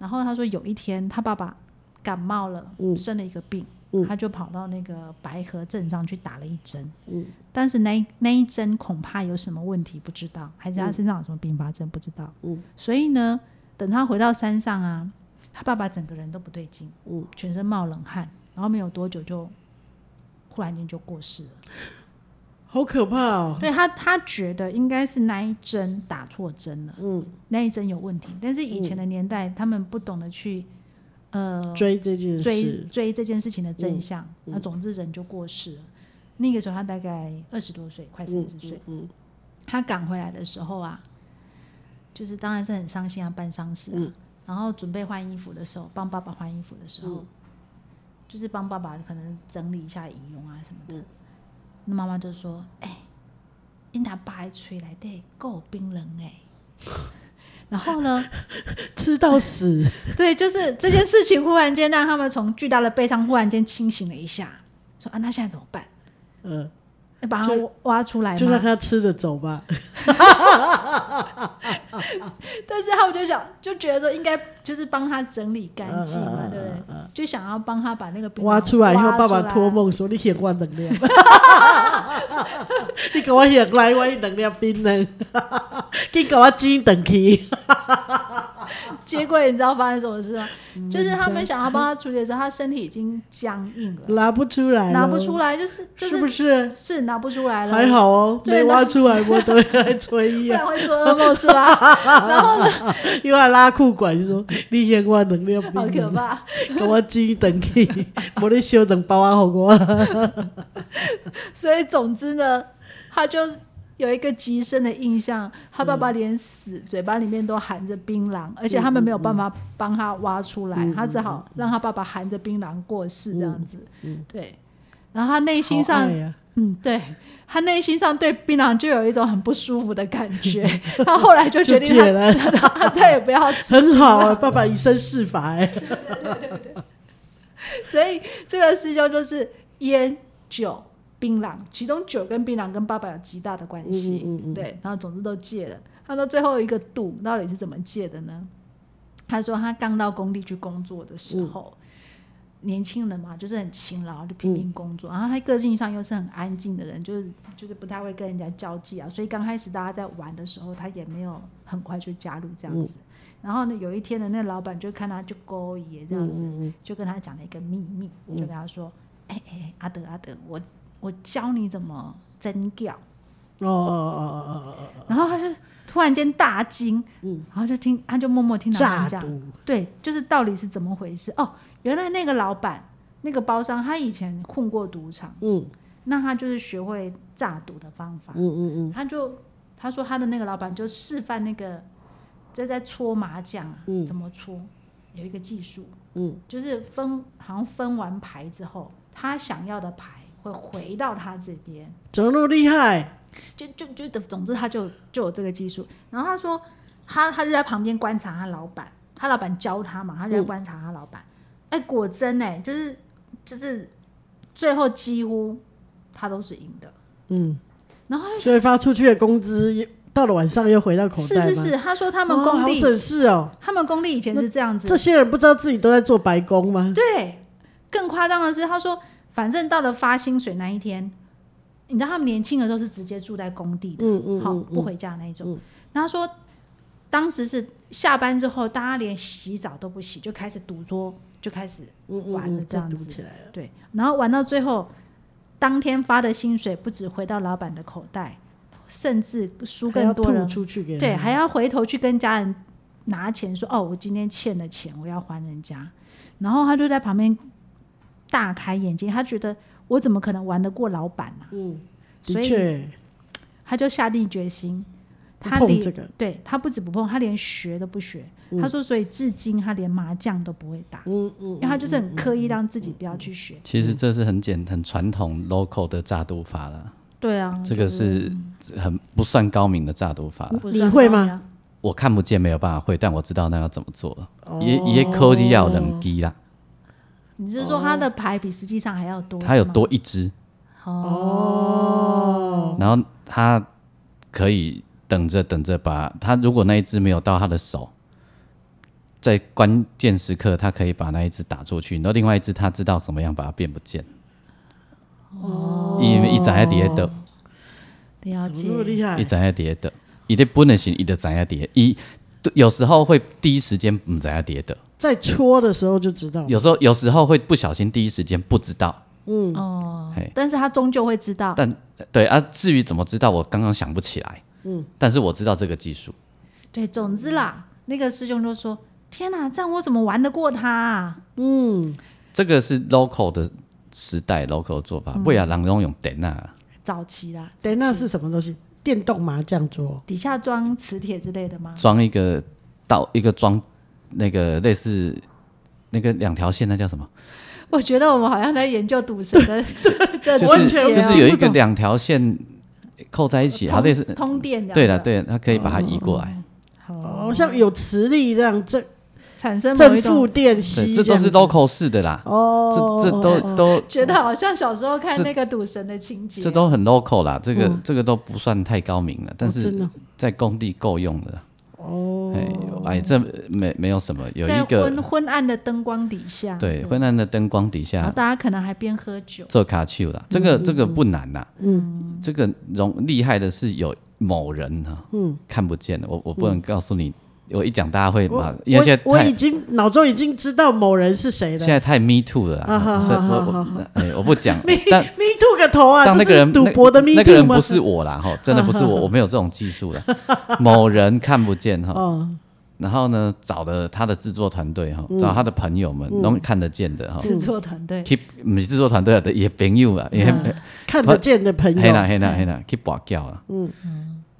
然后他说有一天他爸爸感冒了，嗯生了一个病，嗯他就跑到那个白河镇上去打了一针，嗯但是那一那一针恐怕有什么问题不知道，还是他身上有什么并发症不知道，嗯所以呢，等他回到山上啊，他爸爸整个人都不对劲，嗯全身冒冷汗，然后没有多久就忽然间就过世了。好可怕哦。对他，他觉得应该是那一针打错针了，嗯，那一针有问题。但是以前的年代，他们不懂得去呃追这件追事，嗯追这件事情的真相。那、总之人就过世了。那个时候他大概二十多岁，快三十岁。嗯他赶回来的时候啊，就是当然是很伤心啊，办丧事啊。嗯然后准备换衣服的时候，帮爸爸换衣服的时候，嗯就是帮爸爸可能整理一下仪容啊什么的。嗯那妈妈就说：“哎、因他爸还吹来对够冰冷哎、 然后呢，吃到 死， 对，就是这件事情忽然间让他们从巨大的悲伤忽然间清醒了一下，说啊，那现在怎么办？嗯，要把他就挖出来就让吗？他吃着走吧。但是他们就想，就觉得说应该就是帮他整理干净嘛，嗯嗯嗯对不对嗯嗯？就想要帮他把那个槟榔挖出来以后，爸爸挖出来托，梦说：“你 显我能量，你给我显来，我的能量冰冷，你 给我金等去。啊结果你知道发生什么事吗？嗯就是他们想要帮他处理的时候，他身体已经僵硬”了，拿不出来，拿不出，来，就是就是不是？是拿不出来了，还好哦，对没那挖出来，我都来追不忆 啊，然会做噩梦是吧？ 然后呢，又要拉裤管，就说：“你显我能量好冰可冷，怕。 给我金等去，无你稍等包啊，好我。所以总之呢，他就有一个极深的印象，他爸嗯爸连死、嘴巴里面都含着槟榔，而且他们没有嗯办法帮他挖出来，他只好让他爸爸含着槟�榔过世这样子。对，然后他内”嗯心好上爱，哦哎啊呀，嗯，对他内心上对槟榔就有一种很不舒服的感觉。他后来就决定就戒了他他再也不要吃。很好啊，爸爸以身试法哎，所以这个师兄就是烟酒。槟榔，其中酒跟槟榔跟爸爸有极大的关系，嗯嗯嗯嗯对，然后总之都戒了。他说最后一个度到底是怎么戒的呢？他说他刚到工地去工作的时候，年轻人嘛，就是很勤劳，就拼命工作。然后他个性上又是很安静的人，就是就是不太会跟人家交际啊，所以刚开始大家在玩的时候，他也没有很快就加入这样子。然后呢，有一天呢，那老板就看他就勾引这嗯样子，就跟他讲了一个秘密，就跟他说：“哎哎、哎阿德阿德，我我教你怎么蒸饺。”哦哦哦哦哦然后他就突然间大惊，嗯然后就听，他就默默听哦，到他炸们讲，毒，对，就是到底是怎么回事？哦，原来那个老板，那个包商，他以前混过赌场，嗯那他就是学会诈赌的方法嗯，嗯嗯他就他说他的那个老板就示范那个在在搓麻将啊，嗯怎么搓，有一个技术，嗯，就是分好像分完牌之后，他想要的牌会回到他这边。怎么那么厉害？就就就总之他就就有这个技术。然后他说他他就在旁边观察他老板，他老板教他嘛，他嗯就在观察他老板。哎、果真哎、就是就是最后几乎他都是赢的。嗯。然后他所以发出去的工资到了晚上又回到口就是袋吗？是是是，他说他们工哦好地，省事哦。他们工地以前是这样子这，些人不知道自己都在做白工吗？对，更夸张的是，他说，反正到了发薪水那一天，你知道他们年轻的时候是直接住在工地的，嗯嗯好嗯不回家那一种。嗯然后他说，当时是下班之后，大家连洗澡都不洗，就开始赌桌，就开始嗯嗯，完了嗯这样就子堵起来了。对，然后玩到最后，当天发的薪水不止回到老板的口袋，甚至输还要更多人吐出去给啊人对，还要回头去跟家人拿钱说，哦，我今天欠了钱，我要还人家。然后他就在旁边大开眼界，他觉得我怎么可能玩得过老板呢、嗯，所的以确他就下定决心，不他碰连这个。对他不止不碰，他连学都不学。嗯他说，所以至今他连麻将都不会打，嗯嗯因为他就是很刻意让自己不要去学。其实这是很简很传统 local 的诈赌法了，对啊，这个是很不算高明的诈赌法了。不你算会高吗明啊？我看不见没有办法会，但我知道那要怎么做。也也科技要能低啦，你是说他的牌比实际上还要多？它有是吗多一只，哦然后它可以等着等着把它，如果那一只没有到他的手，在关键时刻，它可以把那一只打出去，然后另外一只它知道怎么样把它变不见。哦，因为一在底下的。了怎么解那，么厉害伊？知影伫咧倒，伊咧本的时候伊就知影伫咧，伊有时候会第一时间毋知影伫咧倒，在戳的时候就知道。有时候有时候会不小心第一时间不知道，哦嘿，但是他终究会知道。但对啊，至于怎么知道，我刚刚想不起来。嗯，但是我知道这个技术，对，总之啦，那个师兄就说：“天哪、这样我怎么玩得过他、啊这个是 local 的时代 local 的做法，不然人拢用电啊。？”早期啦，对，那是什么东西？电动麻将桌，底下装磁铁之类的吗？装一个到一个装那个类似那个两条线，那叫什么？ 我觉得我们好像在研究赌神的的 情就是完节全哦，就是有一不个懂两条线扣在一起，好类似通通电的。对了，对了，它可以把它移过来，哦，像有磁力这样正产生某正一负种电对吸，这都是 local 式的啦，哦，这这都都觉得好像小时候看这那个赌神的情节。这都很 local 啦，这个嗯哦这个都不算太高明了，但真是的在工地够用的。哦，哎，哎，这没没有什么，有在一昏个昏暗的灯光底下，对昏暗的灯光底然后下大家可能还边喝酒，做卡丘啦，这嗯个这个不难呐，嗯，这个容厉害的是有某人哈，嗯，看不见的，我我不能告诉你，我一讲大家会嘛，因为现在嗯我我太已经脑中已经知道某人是谁现了。在太 me too 了啊啦，好所以好我好我哎我不讲，但 Me too 个头啊！但那这个是人赌那博的 Me 那个 too 人吗？啊不是我啦，哈，真的不是我，我没有这种技术的。某人看不见哈，哦然后呢，找了他的制作团队哈，嗯找他的朋友们，能看得见的哈。制作团队 keep 不是制作团队的也朋友啊，也看得见的朋嘿啦友，嘿啦嘿啦去跋筊啊。嗯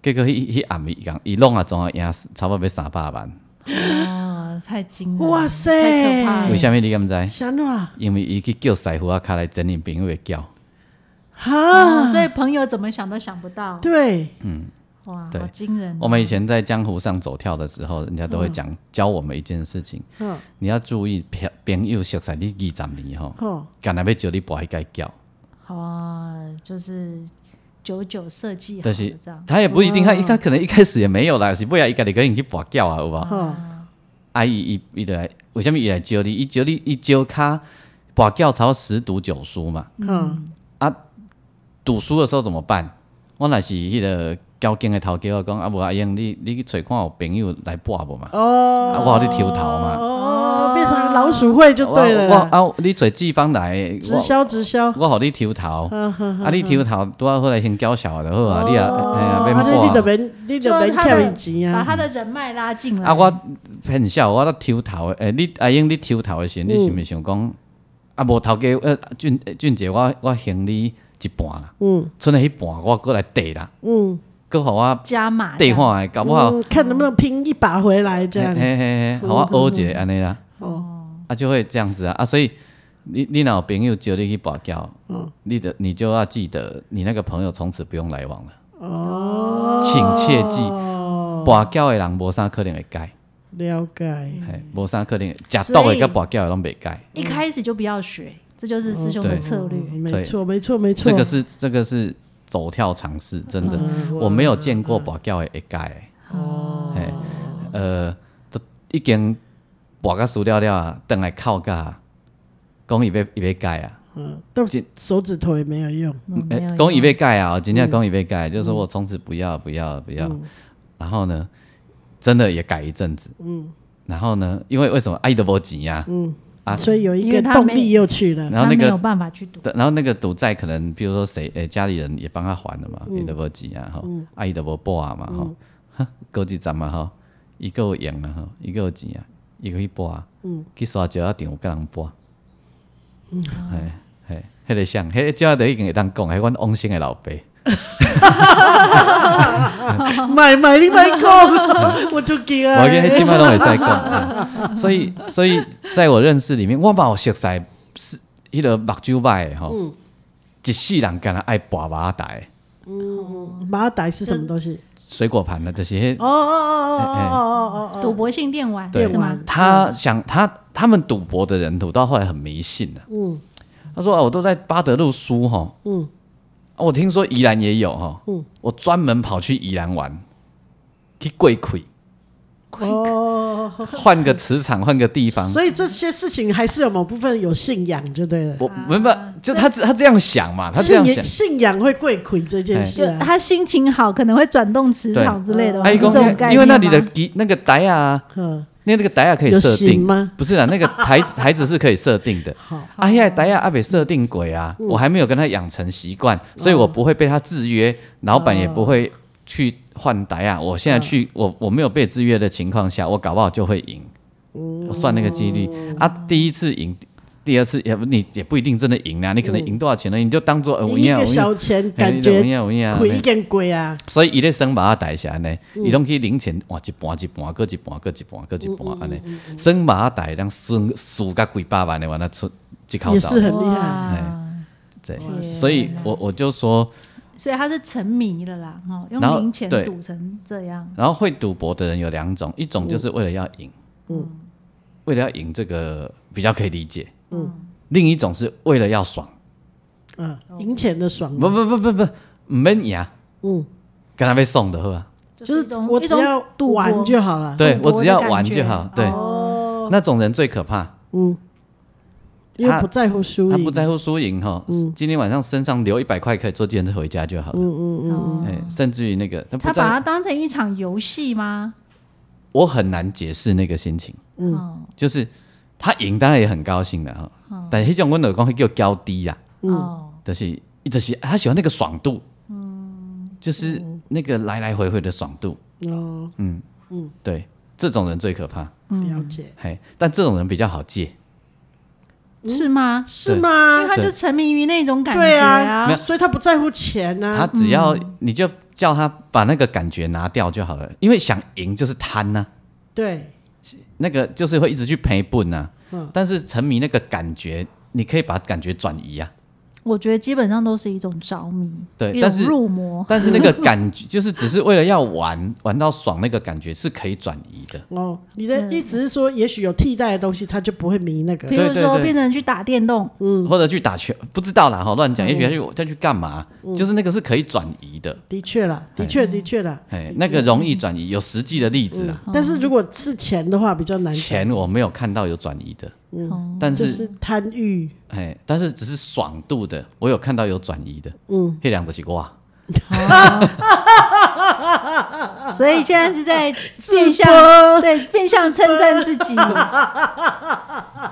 结果迄迄暗暝讲，伊弄啊总啊赢差不多要三百万。哦，太惊人了，哇塞太可哎怕了为。什么你敢不知？想哪因为伊去叫师傅啊，卡来整理朋友的筊。哦啊哈，所以朋友怎么想都想不到，对，哇，对好惊人！哦我们以前在江湖上走跳的时候，人家都会讲教我们一件事情，嗯，你要注意朋朋友熟识你二十年吼，哦，干那要招你跋迄个筊。哦，就是久久设计好但的是这样，他也不一定，他他可能一开始也没有啦，是不要伊家己个人去跋筊啊，有无？哦，啊，伊伊伊就来，为什物伊来招你？伊招你，伊招卡跋筊超十赌九输嘛。嗯，赌输的时候怎么办？我若是迄个交警的头家，我讲啊无阿英，你你去找看有朋友来博无嘛？哦，啊，我有你抽头嘛？哦，变成老鼠会就对了我啦，我啊，你找季方来，直我销嗯直销，我互你抽头，啊，你抽头拄啊好来先交小就好啊，你啊，哎呀，哦，免啊你你就博。免你就就免他跳的一级把啊，他的人脉拉进来。啊，我骗笑，我咧抽头的，诶、你阿英你抽头的时候，你是嗯毋是想讲，啊无头家，呃，俊呃俊姐，我我行你一半啦，嗯，剩下迄半我过来缀啦，嗯，搁互我加码这缀样看下，搞不好，嗯看能不能拼一把回来这嘿样，嘿嘿，互我学一下安尼啦，哦，啊就会这样子啊，啊所以。你你若有朋友招你去跋筊，你的你就要记得，你那个朋友从此不用来往了。哦，请切记，跋筊的人无啥可能会改，了解，嘿，无啥可能，食毒所的以甲跋筊的拢袂改。一开始就不要学，这就是师兄的嗯对策略。没对错没错没错，这个是这个是走跳尝试，真的，我没有见过跋筊的会改哦，嘿呃，都已经跋到输了了啊，等来靠噶，讲伊要伊要改啊，嗯，都这手指头也没有用，嗯呃没有用讲伊要改啊，今天讲伊要改，就是我从此不要不要不要，然后呢，真的也改一阵子，嗯，然后呢，因为为什么啊爱都无钱呀，嗯，啊所以有一因为个他动没力又去 了，然后他那没个有办法去赌，对，然后那个赌债可能，比如说谁，诶、家里人也帮他还了嘛，伊都无钱啊，吼，啊伊都无报啊嘛，吼， 哈过一站嘛，吼，伊个有用啊，吼，伊个有钱啊，伊个去博啊，去刷石啊，场有甲人博，嗯，嘿，嘿，迄个像，迄个只都已经会当讲，迄阮王姓的老爸，买买你买讲，我就给啊我，跟迄即摆拢会使讲，嗯嘿所以，所以在我认识里面，我嘛有熟识是迄个目睭歹的吼，一世人敢若爱博马台的马仔是什么东西？水果盘的，啊就是迄、嗯哦哦哦哦哦哦哦哦赌博性电玩对是吗？他想他他们赌博的人赌到后来很迷信的、嗯，他说啊，我都在巴德路输哈。嗯、啊我听说宜兰也有哈。嗯，我专门跑去宜兰玩，去跪亏，哎哦哦换个磁场，换个地哦，方。所以这些事情还是有某部分有信仰就对了，我没办法，就他他这样想嘛，他这样信想哎仰。信仰会跪魁这件事就啊，他心情好，可能会转动磁场之类的吧，啊是伊这种概念吗因为那里的鸡那个台啊，嗯，那那个台下可以有设行定吗？不是啦，那个台台子是可以设定的。好，嗯啊，现在达亚阿北设定鬼啊，我还没有跟他养成习惯，所以我不会被他制约，嗯老板也不会去换达亚。我现在去，我我没有被制约的情况下，我搞不好就会赢。嗯我算那个几率啊，第一次赢，第二次也不你也不一定真的赢啊，你可能赢多少钱呢？你就当做呃，我你嗯一赢啊，我个赢啊，小钱嘿感你就我觉赢啊，我赢啊。亏一嘿点贵啊，所以伊咧算马仔大是安尼，嗯伊拢去零钱换一盘一盘，搁一盘搁一盘搁一嗯盘安尼，算马仔大人输输甲几百万的，完了出一口也罩啊是。很厉害。哇，对，天所以我我就说，所以他是沉迷了啦，哦，用然后零钱对赌成这样，然后会赌博的人有两种，一种嗯就是为了要赢，为了要赢这个比较可以理解，嗯，另一种是为了要爽，嗯，赢钱的爽，不不不不不，唔免赢，嗯，跟他被送的，是吧？就是一种我一只种要赌博哦玩就好了。对赌博我啊的只要感玩觉就好，对，哦那种人最可怕，嗯，因为不在乎输他赢，不在乎输赢哈，嗯今天晚上身上留一百块可以坐电车回家就好了，哦哎，甚至于那个他不他把在，它当成一场游戏吗？我很难解释那个心情。嗯，就是他赢当然也很高兴的哈、但迄种阮老公会叫高低啊呀、哦，就是就是啊他喜欢那个爽度，嗯，就是那个来来回回的爽度，哦，对，这种人最可怕，了解嘿，但这种人比较好戒，嗯是吗？是吗因为？他就沉迷于那种感对觉啊，没有所以他不在乎钱他啊。只要、你就叫他把那个感觉拿掉就好了，因为想赢就是贪呐、对，那个就是会一直去赔本呐、嗯但是沉迷那个感觉，你可以把感觉转移啊，我觉得基本上都是一种着迷，对一但种是入魔。但是那个感觉就是只是为了要玩玩到爽，那个感觉是可以转移的。哦，你的意思是说，也许有替代的东西，他就不会迷那个比。如对对说对变成去打电动，或者去打球，不知道啦哈，乱嗯讲。也许他去他去干嘛？就是那个是可以转移的，的确啦，的确，的确啦。哎，那个容易转移，有实际的例子啊。但是如果是钱的话，比嗯较难讲。钱我没有看到有转移的，嗯，但就是是贪欲，哎，但是只是爽度的，我有看到有转移的。嗯，黑两个是哇， 所以现在是在变相 对变相称赞自己，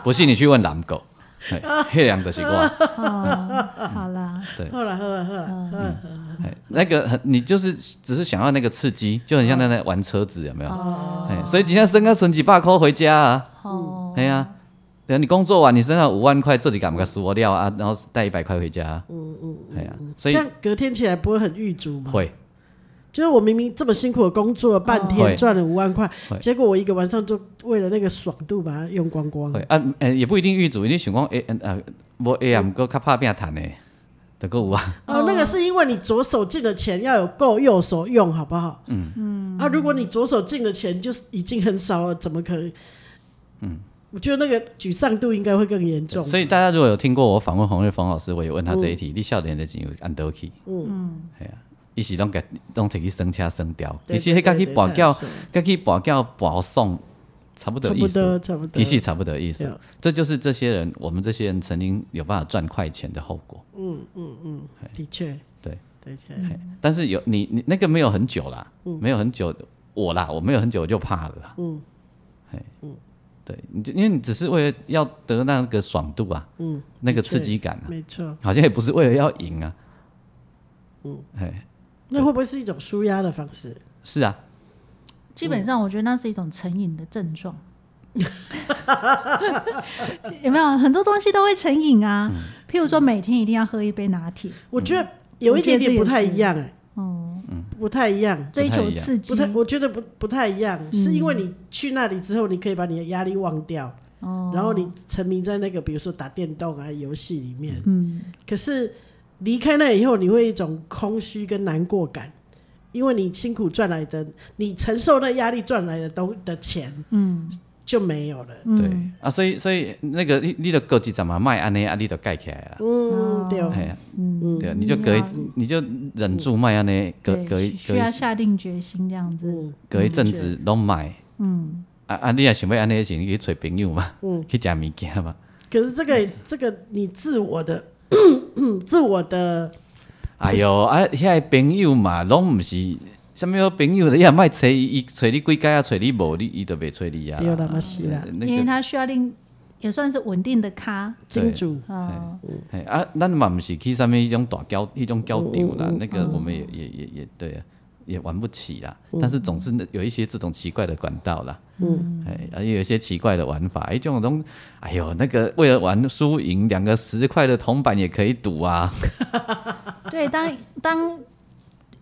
不信你去问狼狗， 哎，黑两个是哇，哦，好啦，嗯对喝了喝了喝了喝了，哎，那个很你就是只是想要那个刺激，就很像嗯在那玩车子有没有？哦，哎，所以今天生个存几百块回家啊。哦，嗯哎呀、对啊，你工作完，你身上有五万块，这里敢不敢输掉啊？然后带一百块回家，嗯嗯，哎呀、这所以样隔天起来不会很郁卒吗？会就是我明明这么辛苦的工作了半会天，赚了五万块会，结果我一个晚上就为了那个爽度把它用光光会。啊，呃、也不一定遇主，你想讲 A 呃，无 A 啊，不过较怕变谈呢，得够有啊，哦，那个是因为你左手进的钱要有够右手用，好不好？嗯嗯。啊，如果你左手进的钱就是已经很少了，怎么可能？嗯，我觉得那个沮丧度应该会更严重。嗯所以大家如果有听过我访问洪瑞峰老师，我也问他这一嗯题，你少年的钱有按倒去？嗯嗯，哎呀、伊是拢给拢摕去生车生掉，对其实迄个去跋筊，对对甲去跋筊跋送差不多对意对思。对差不多，差不多。脾气差不多的意思对啊。这就是这些人，我们这些人曾经有办法赚快钱的后果。的确，对，的确，嘿但是有你你那个没有很久啦，没有很久，我啦，我没有很久我就怕了啦。嗯，嗯，对，你就因为你只是为了要得那个爽度啊，嗯，那个刺激感啊，没错。好像也不是为了要赢啊。嗯，哎，那会不会是一种舒压的方式？是啊，基本上我觉得那是一种成瘾的症状。 有没有很多东西都会成瘾啊？譬如说每天一定要喝一杯拿铁，我觉嗯得有一点点不太一样，哎，哦，不太一样。追不太求一样刺激不太，我觉得不不太一样，是因为你去那里之后，你可以把你的压力忘掉，哦，然后你沉迷在那个，比如说打电动啊、游戏里面。嗯，可是离开那以后，你会有一种空虚跟难过感，因为你辛苦赚来的，你承受那压力赚来的东的钱，嗯，就没有了。对啊，所以所以那个你你的过几怎么卖安尼啊，你都盖起来了。嗯，对哦，哎呀，对啊，你就隔一，你就忍住卖安尼，隔对隔一需隔一要下定决心这样子，隔一阵子拢买，嗯，啊啊，你也想要安尼的时候，你去找朋友嘛，嗯 去食物件嘛，可是这个这个你自我的 自我的哎哟，啊，遐朋友嘛，拢毋是什么朋友的也莫找伊，伊找你几家啊，找你无你，伊都袂找你啊。对啦嘛是啦那因为个他需要另也算是稳定的咖，金主嗯，嘿啊，咱嘛毋是去啥物迄种大交迄种嗯交场啦，那个我们也也也也对啊，也玩不起啦。嗯但是总是有一些这种奇怪的管道啦，嗯，哎，而且有一些奇怪的玩法，哎，这种东，哎呦，那个为了玩输赢，两个十块的铜板也可以赌 啊， 对，当当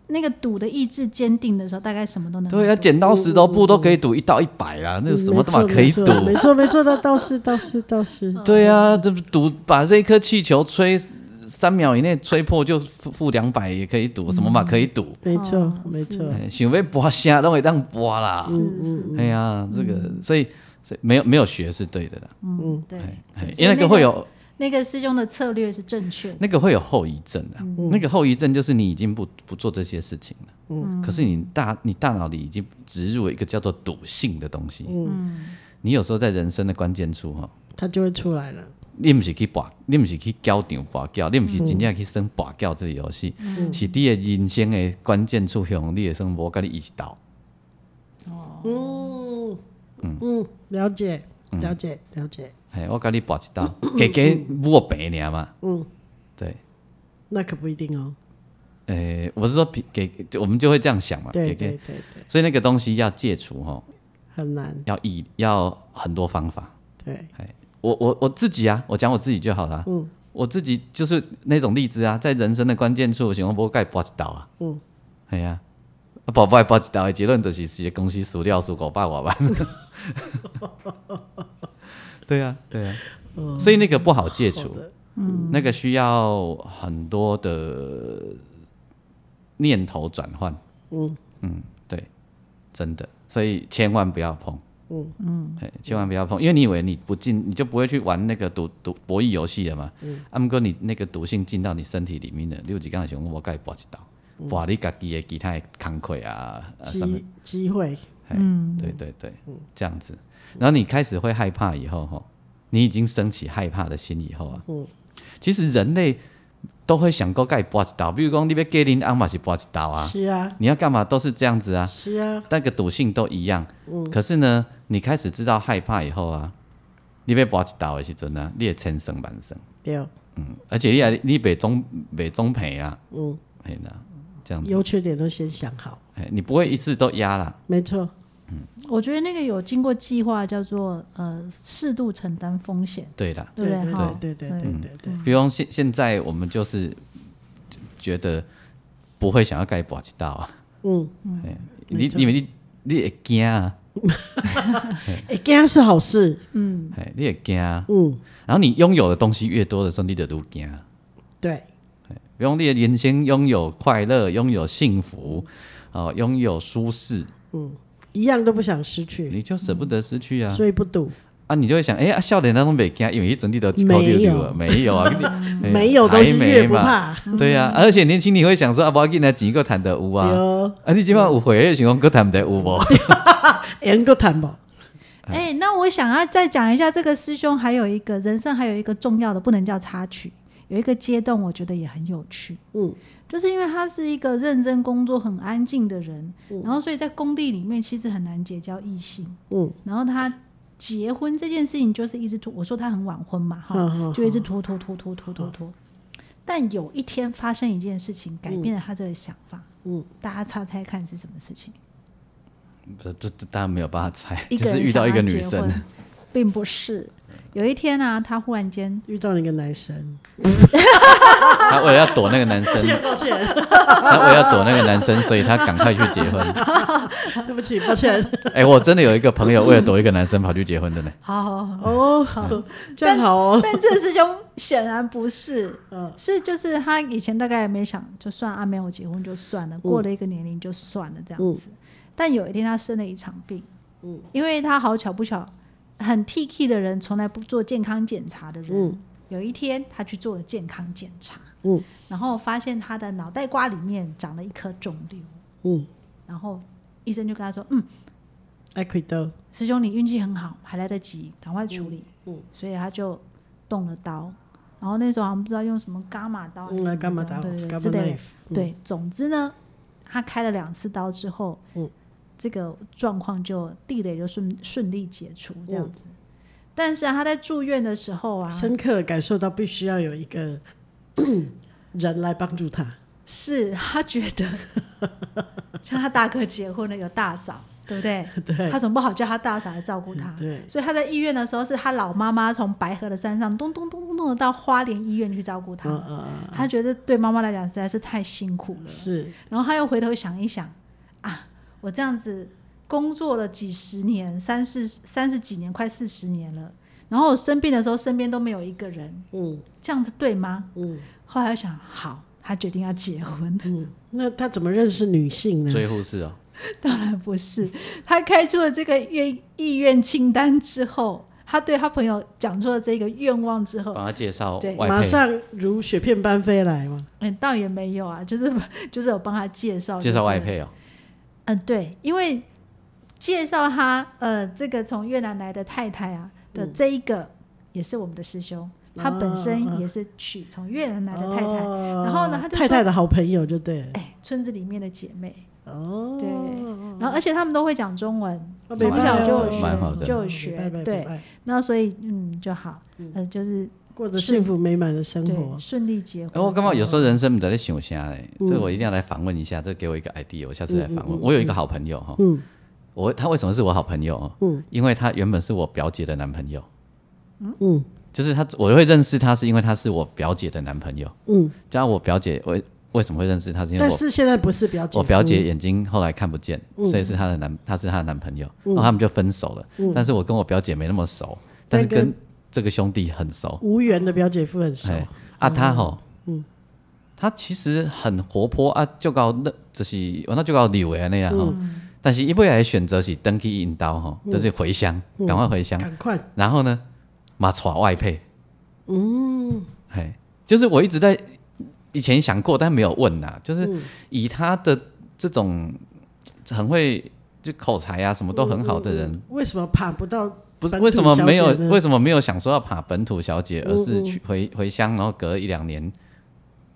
那个赌的意志坚定的时候，大概什么都能对啊，赌剪嗯刀石头布都可以赌一到一百啦，那个什么没都嘛错可以赌，没错没错，那倒是倒是倒是，对啊，这赌把这一颗气球吹三秒以内吹破就付付两百也可以赌，什么嗯嘛可以赌。没错哦没错，哎想要博虾都会当博啦。是嗯是，哎呀，这个所以所以没有没有学是对的啦，嗯，对，哎所以因为那那个个会有那个师兄的策略是正确的，那个会有后遗症的，嗯那个后遗症就是你已经不不做这些事情了，嗯可是你大你大脑里已经植入了一个叫做赌性的东西，嗯你有时候在人生的关键处哈。它就会出来了。你毋是去博，你毋是去交场博缴，你毋是真正去耍博缴这个游戏，嗯是你的人生的关键处向你的生活甲你一起斗。嗯嗯，了解了解了解，嘿，我甲你博一道，加加我平尔嘛。嗯，对，那可不一定哦。诶、我是说平给，就我们就会这样想嘛，对给给对对对，所以那个东西要戒除吼，很难。要意要很多方法。对，我我我自己啊，我讲我自己就好了。嗯，我自己就是那种例子啊，在人生的关键处，想要不盖博一道啊。嗯，系啊，啊，博不博一道的结论就是，是公司输掉输五百外万。 对啊，对啊，所以那个不好戒除，嗯，那个需要很多的念头转换。嗯嗯，对，真的，所以千万不要碰。嘿千万不要碰，因为你以为你不进，你就不会去玩那个赌赌博弈游戏了嘛。啊，不过你那个毒性进到你身体里面了，你有一天想我该博一道，博你家己的其他的工课啊，呃啊什么机，机会嗯，对对对，这样子。然后你开始会害怕以后，吼，你已经升起害怕的心以后啊，嗯其实人类都会想过该博一道，比如讲你要给恁阿嘛是博一道啊，是啊你要干嘛都是这样子啊。是嗯啊，那个赌性都一样。可是呢，你开始知道害怕以后啊，你被拔一刀的时阵啊，你会千生万生。对，嗯，而且你也你袂总袂总赔啊。嗯，嘿啦，这样子，优缺点都先想好，嘿你不会一次都压啦。没错。我觉得那个有经过计划，叫做呃适度承担风险，对啦，对不对？哈，对对对对对对，比方现现在我们就是觉得不会想要该拔一刀啊。嗯，嘿你因为你你会惊啊，哎，这样是好事。嘿你会惊啊。嗯，然后你拥有的东西越多的时候，你就愈惊啊。对，比如你的人生拥有快乐，拥有幸福，哦，拥有舒适，嗯一样都不想失去，你就舍不得失去嗯啊！所以不赌，啊，你就会想，哎、啊，笑脸当中没惊，因为一整地都扣丢丢了，没 有啊，你哎没有都是还越没不嘛。怕。嗯对啊，而且年轻你会想说，啊，不要紧啊，钱够谈得有哎啊，有，啊，你今晚有回的情况够谈得有无？能够谈不？哎、那我想要再讲一下，这个师兄还有一个人生还有一个重要的，不能叫插曲，有一个阶段，我觉得也很有趣。嗯，就是因为他是一个认真工作、很安静的人，然后所以在工地里面其实很难结交异性。嗯，然后他结婚这件事情就是一直拖，我说他很晚婚嘛，哈、嗯嗯就一直拖拖拖拖拖拖拖。但有一天发生一件事情，改变了他这个想法。嗯，大家猜猜看是什么事情？这这这当然没有办法猜，一就个人是遇到一个女想要生结，婚，并不是。有一天啊，他忽然间遇到了一个男生，她为了要躲那个 男生，抱歉，她为了要躲那个男生，所以她赶快去结婚。 对不起，抱歉。哎、我真的有一个朋友为了躲一个男生跑去结婚的呢。好好好，哦，好，这样好哦。但这个师兄显然不是，嗯是就是他以前大概也没想，就算啊没有结婚就算嗯了，过了一个年龄就算了这样子。但有一天他生了一场病，嗯，因为他好巧不巧，很 T K 的人从来不做健康检查的人，有一天他去做了健康检查，嗯然后发现他的脑袋瓜里面长了一颗肿瘤，嗯，然后医生就跟他说，嗯。爱奎德，师兄，你运气很好，还来得及，赶快处理。嗯嗯所以他就动了刀，然后那时候好像不知道用什么伽马刀还嗯是什么伽马刀对对对 gamma 之类的 knife，。对，总之呢，他开了两次刀之后，嗯这个状况就地雷就顺顺利解除这样嗯子。但是、啊、他在住院的时候啊，深刻地感受到必须要有一个 人来帮助他。 是他觉得 像他大哥结婚了有大嫂，对不对？对嗯他总不好叫他大嫂来照顾他。对，所以他在医院的时候，是他老妈妈从白河的山上咚咚咚咚咚的到花莲医院去照顾他。嗯嗯他觉得对妈妈来讲实在是太辛苦嗯，了。是然后他又回头想一想，啊，我这样子工作了几十年，三四三十几年，快四十年了。然后我生病的时候，身边都没有一个人，嗯这样子对吗？嗯后来又想，好，他决定要结婚。 嗯。那他怎么认识女性呢？追护士哦，当然不是，他开出了这个愿意愿清单之后，他对他朋友讲出了这个愿望之后，帮他介绍对外马配，上如雪片般飞来嘛。嗯，倒也没有啊，就是 就是有帮他介绍介绍外配。配哦，嗯，对，因为介绍他呃，这个从越南来的太太啊的嗯这一个、也是我们的师兄，他本身也是娶从越南来的太太，哦然后呢他就说太太的好朋友就对了。哎，村子里面的姐妹，哦，对然后而且他们都会讲中文，啊从蛮小好就的有蛮好学的就有学，对，，那所以嗯就好，呃就是过着幸福美满的生活对。顺利结哎，婚。我刚好有时候人生不知道在想啥嘞，嗯这我一定要来访问一下，这给我一个 idea，我下次来访问。我有一个好朋友哈，嗯我他为什么是我好朋友哦？嗯因为他原本是我表姐的男朋友，嗯就是他我会认识他是因为他是我表姐的男朋友，嗯，加上我表姐我为什么会认识他是因为但我是现在不是表姐夫，嗯我表姐眼睛后来看不见，所以是她的男，她是她的男朋友，然后他们就分手了。但是我跟我表姐没那么熟，但是但跟嗯跟这个兄弟很熟。无缘的表姐夫很熟。哦嗯哎，啊，他吼，他其实很活泼啊，就搞那就是哦我那就搞柳诶啊那样吼，嗯但是一不来选择是登去引导吼，就是回乡，嗯赶快回乡，赶快，然后呢，马娶外配，嗯，哎，就是我一直在以前想过，但没有问呐、就是嗯以他的这种很会就口才啊，什么都很好的人，为什么爬不到不是嗯本土为什么没有小姐呢嗯为什么没有想说要爬本土小姐，而是去回回乡，然后隔一两年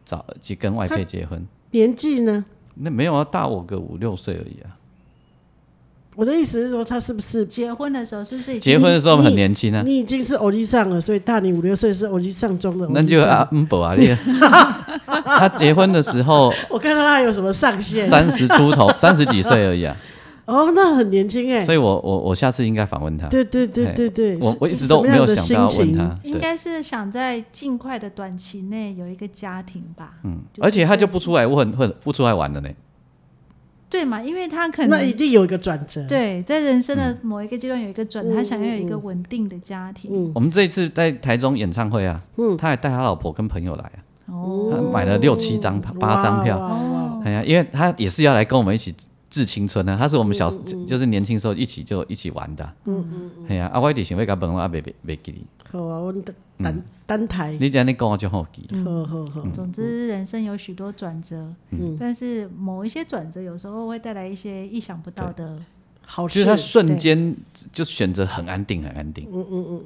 找呃去跟外配结婚？年纪呢？那没有啊，大我个五六岁而已啊。我的意思是说，他是不是结婚的时候是不是已经结婚的时候很年轻啊，你已经是欧尼上了，所以大你五六岁是欧尼上中的。那就啊，嗯不啊，你 他结婚的时候我看到他有什么上限三十出 头，三十几岁而已啊。哦，那很年轻哎。所以我我我下次应该访问他。对对对对对，我是我一直都没有想到要问。他，应对，该是想在尽快的短期内有一个家庭吧？嗯，而且他就不出来问，问不出来玩了呢。对嘛？因为他是什么样的心情那可一能定有一个转折。，对在人生的某一个阶段有一个转，嗯他想要有一个稳定的家庭。嗯我们这一次在台中演唱会啊，嗯他还带他老婆跟朋友来啊，哦，他买了六七张八张票哦哇嗯哇哇哎呀，因为他也是要来跟我们一起致青春啊，他是我们小就是年轻时候一起就一起玩的啊，嗯嗯，哎呀，啊，我底行为甲问我啊，袂袂袂记你，好啊，我单单单台，嗯你这嗯样你讲我就好记，好好好，总之，人生有许多转折，哦嗯但是某一些转折有时候会带来一些意想不到的。好就事哦是他瞬间就选择很安定很安定，嗯嗯嗯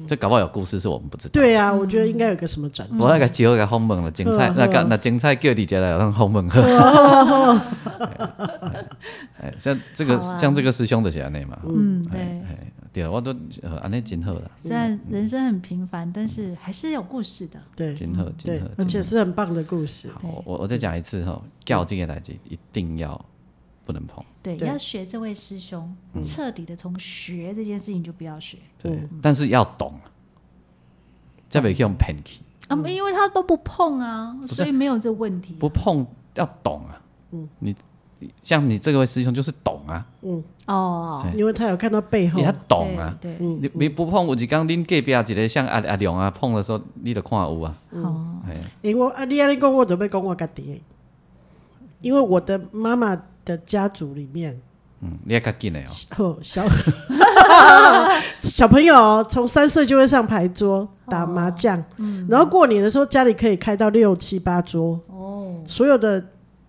嗯，这搞不好有故事是我们不知道。对啊，我觉得应该有个什么转折。我那个招个访问了，精彩好那个好那精彩叫你家来让 访问呵。哎，像这个好啊像这个师兄就是安尼嘛，嗯，哎对。哎，对，我都呃安尼真好啦，虽然人生很平凡，但是还是有故事的。对真好真对好，。而且是很棒的故事。好，我我我再讲一次哈，教这个代志一定要不能碰，对，对要学这位师兄，彻底的从学这件事情就不要学对，但是要懂，再别去用骗去，啊，因为他都不碰啊，是所以没有这问题。不碰要懂啊，嗯，你你像你这位师兄就是懂啊，哦，哎因为他有看到背后你，要懂啊，对，对你你不碰，有一天恁隔壁一个像阿阿良啊碰的时候，你就看有啊。哦，哎，因为我啊，你安尼讲，我准备讲我家己的，因为我的妈妈的家族里面，嗯，你也较紧的哦。哦，小小 朋友从三岁就会上牌桌打麻将，然后过年的时候家里可以开到六七八桌，哦，所有的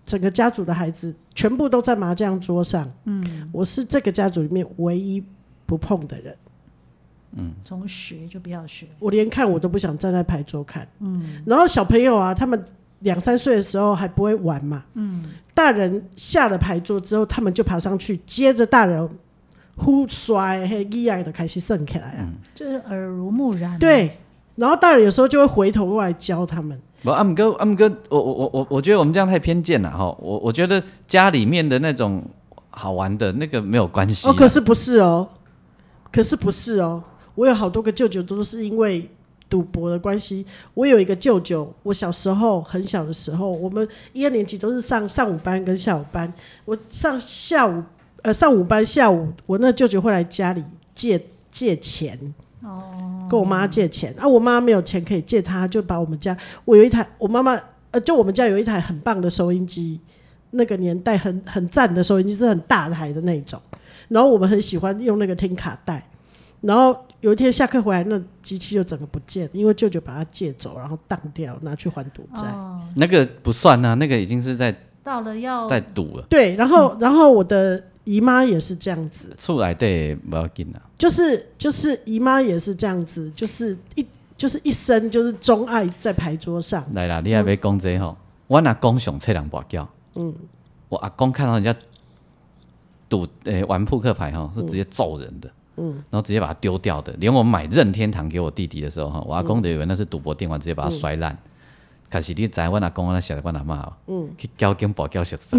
整个家族的孩子全部都在麻将桌上。嗯，我是这个家族里面唯一不碰的人，从学就不要学，我连看我都不想站在牌桌看。嗯，然后小朋友啊，他们两三岁的时候还不会玩嘛，嗯，大人下了牌桌之后，他们就爬上去，接着大人呼摔，嘿，一样的开始升起来啊，就是耳濡目染、，啊对，然后大人有时候就会回头过来教他们，不，阿姆哥，阿姆哥，我我我我我觉得我们这样太偏见了哈。我我觉得家里面的那种好玩的那个没有关系啊、哦，可是不是哦，可是不是哦，我有好多个舅舅都是因为赌博的关系。我有一个舅舅，我小时候很小的时候，我们一二年级都是上上午班跟下午班。我上下午呃上午班下午，我那舅舅会来家里借借钱。哦，跟我妈借钱啊，我妈没有钱可以借他，就把我们家我有一台，我妈妈呃，就我们家有一台很棒的收音机，那个年代很很赞的收音机，是很大台的那种。然后我们很喜欢用那个听卡带，然后有一天下课回来，那机器就整个不见，因为舅舅把它借走，然后当掉，拿去还赌债。哦，那个不算啊，那个已经是在到了要 在赌了。对，然后、然后我的姨妈也是这样子，出来的不要紧啊，就是就是姨妈也是这样子，就是一就是一生就是钟爱在牌桌上，来啦，你也别讲这吼、我阿公上册人跋筊，嗯，我阿公看到人家赌诶、玩扑克牌哈，是直接揍人的，嗯，然后直接把它丢掉的。连我买任天堂给我弟弟的时候哈，我阿公就以为那是赌博电玩，直接嗯把它摔烂。可是你知道我阿公我那晓得我阿妈，嗯，去交跟跋筊 熟识。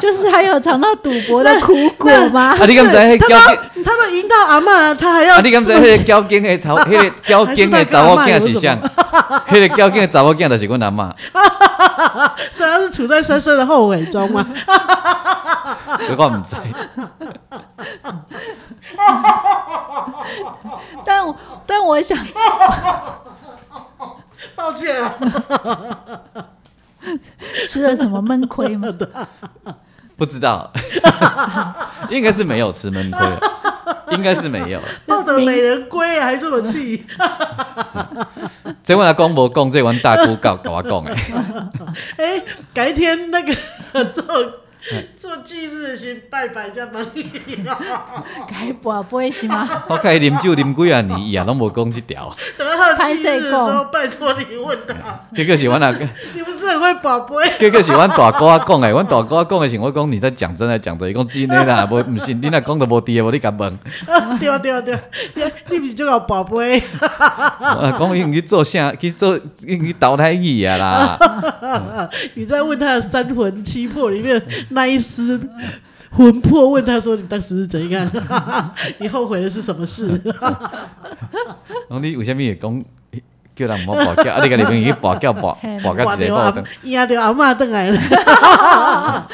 就是还有尝到赌博的苦果吗？啊，你敢知迄他交警？都他都赢到阿嬷了，他还要、啊，你敢知迄 个交警的头，迄个交警的查某囝是啥？迄 个交警的查某囝就是阮阿嬷。虽然是处在深深的后悔中嘛，我毋知。 但我但我想， 抱歉啊，吃了什么闷亏 吗？不知道， 应该是没有吃闷亏，应该是没有。 抱得美人归啊还这么气。这我阿公无讲，这阮大姑告甲我讲的。哎、改天那个 做嗯做忌日行拜拜，这样吗？ 该博不会行吗？我开始啉酒啉几啊年，伊也拢无讲即条。等到他忌日的时候，拜托你问他，结果是阮阿， 你不是很会宝贝？ 结果是阮大姑仔讲的。阮大姑仔讲的是我讲你在讲真的讲真的，伊讲真的啦，无毋信你若讲都无挃的，无你甲问。啊，对啊，对啊，对啊，你你不是就搞宝贝？我讲伊去做啥？去做伊去投胎去啊啦。你在问他的三魂七魄里面那一丝魂魄，问他说你当时是怎 样？你后悔的是什么事？讲你为什物会讲叫人毋好跋筊？啊，你家己朋友去跋筊跋 跋到一个阿爆灯，，压掉阿嬷邓来了。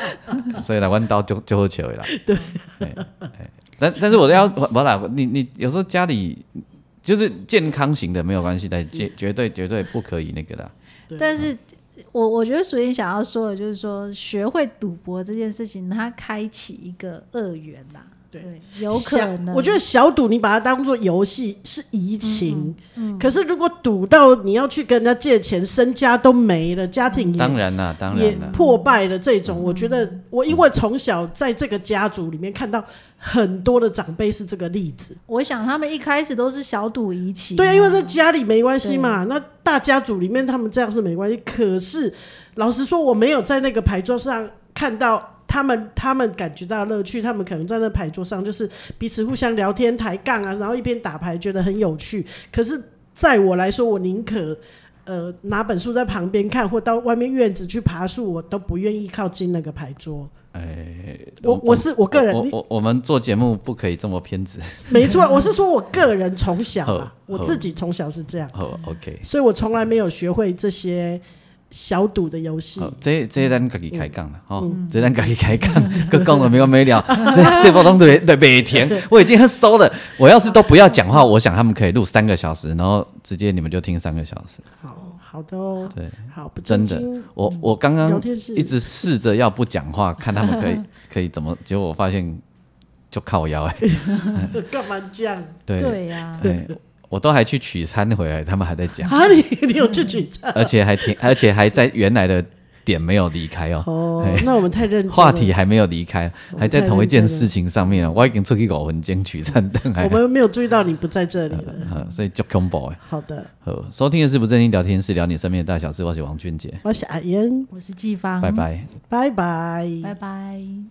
所以来阮兜就就好 笑的啦。对，但但是我都要不啦，你你有时候家里就是健康型的没有关系，嗯但绝绝对绝对不可以那个啦。但是我我觉得属于想要说的就是说，学会赌博这件事情，它开启一个恶缘啦。对，有可能。我觉得小赌你把它当做游戏是移情，嗯可是如果赌到你要去跟人家借钱，身家都没了，家庭也、当然啦，当也然嗯啦，破败了，这种、我觉得我因为从小在这个家族里面看到很多的长辈是这个例子，我想他们一开始都是小赌怡情、对啊，因为在家里没关系嘛，那大家族里面他们这样是没关系。可是老实说，我没有在那个牌桌上看到他们，他们感觉到乐趣，他们可能在那牌桌上就是彼此互相聊天、抬杠啊，然后一边打牌，觉得很有趣。可是在我来说，我宁可。呃，拿本书在旁边看，或到外面院子去爬树，我都不愿意靠近那个牌桌。哎，我我是我个人我你我我们做节目不可以这么偏执。没错，我是说我个人从小啦 好，我好自己从小是这样。好，OK，所以我从来没有学会这些小赌的游戏好。，这这咱家己开讲嗯啦，吼，这咱家己开讲， 佮讲了没完没了， 这这波东对对每天我已经很熟了。我要是都不要讲话，我想他们可以录三个小时，然后直接你们就听三个小时。好好的哦，对，好，不真的正 经，嗯我我刚聊刚天室一直试着要不讲话，看他们 可以可以怎么，结果我发现就靠腰哎、干嘛这样？对对啊呀、哎我都还去取餐回来，他们还在讲，啊，你 你有去举 证？而且还 停，而且还在原来的点没有离开哦，哦，那我们太认真了。话题，还没有离开，我还在太同一认件真了事情上面哦，我已经出去搞魂间取餐灯，还我 们没有注意到你不在这里了。呃呃，所以足恐怖的。好的，好，收听的是不正经聊天室，聊你身边的大小事。我是王俊杰，我是阿英，我是季芳，拜，拜。拜拜。拜拜。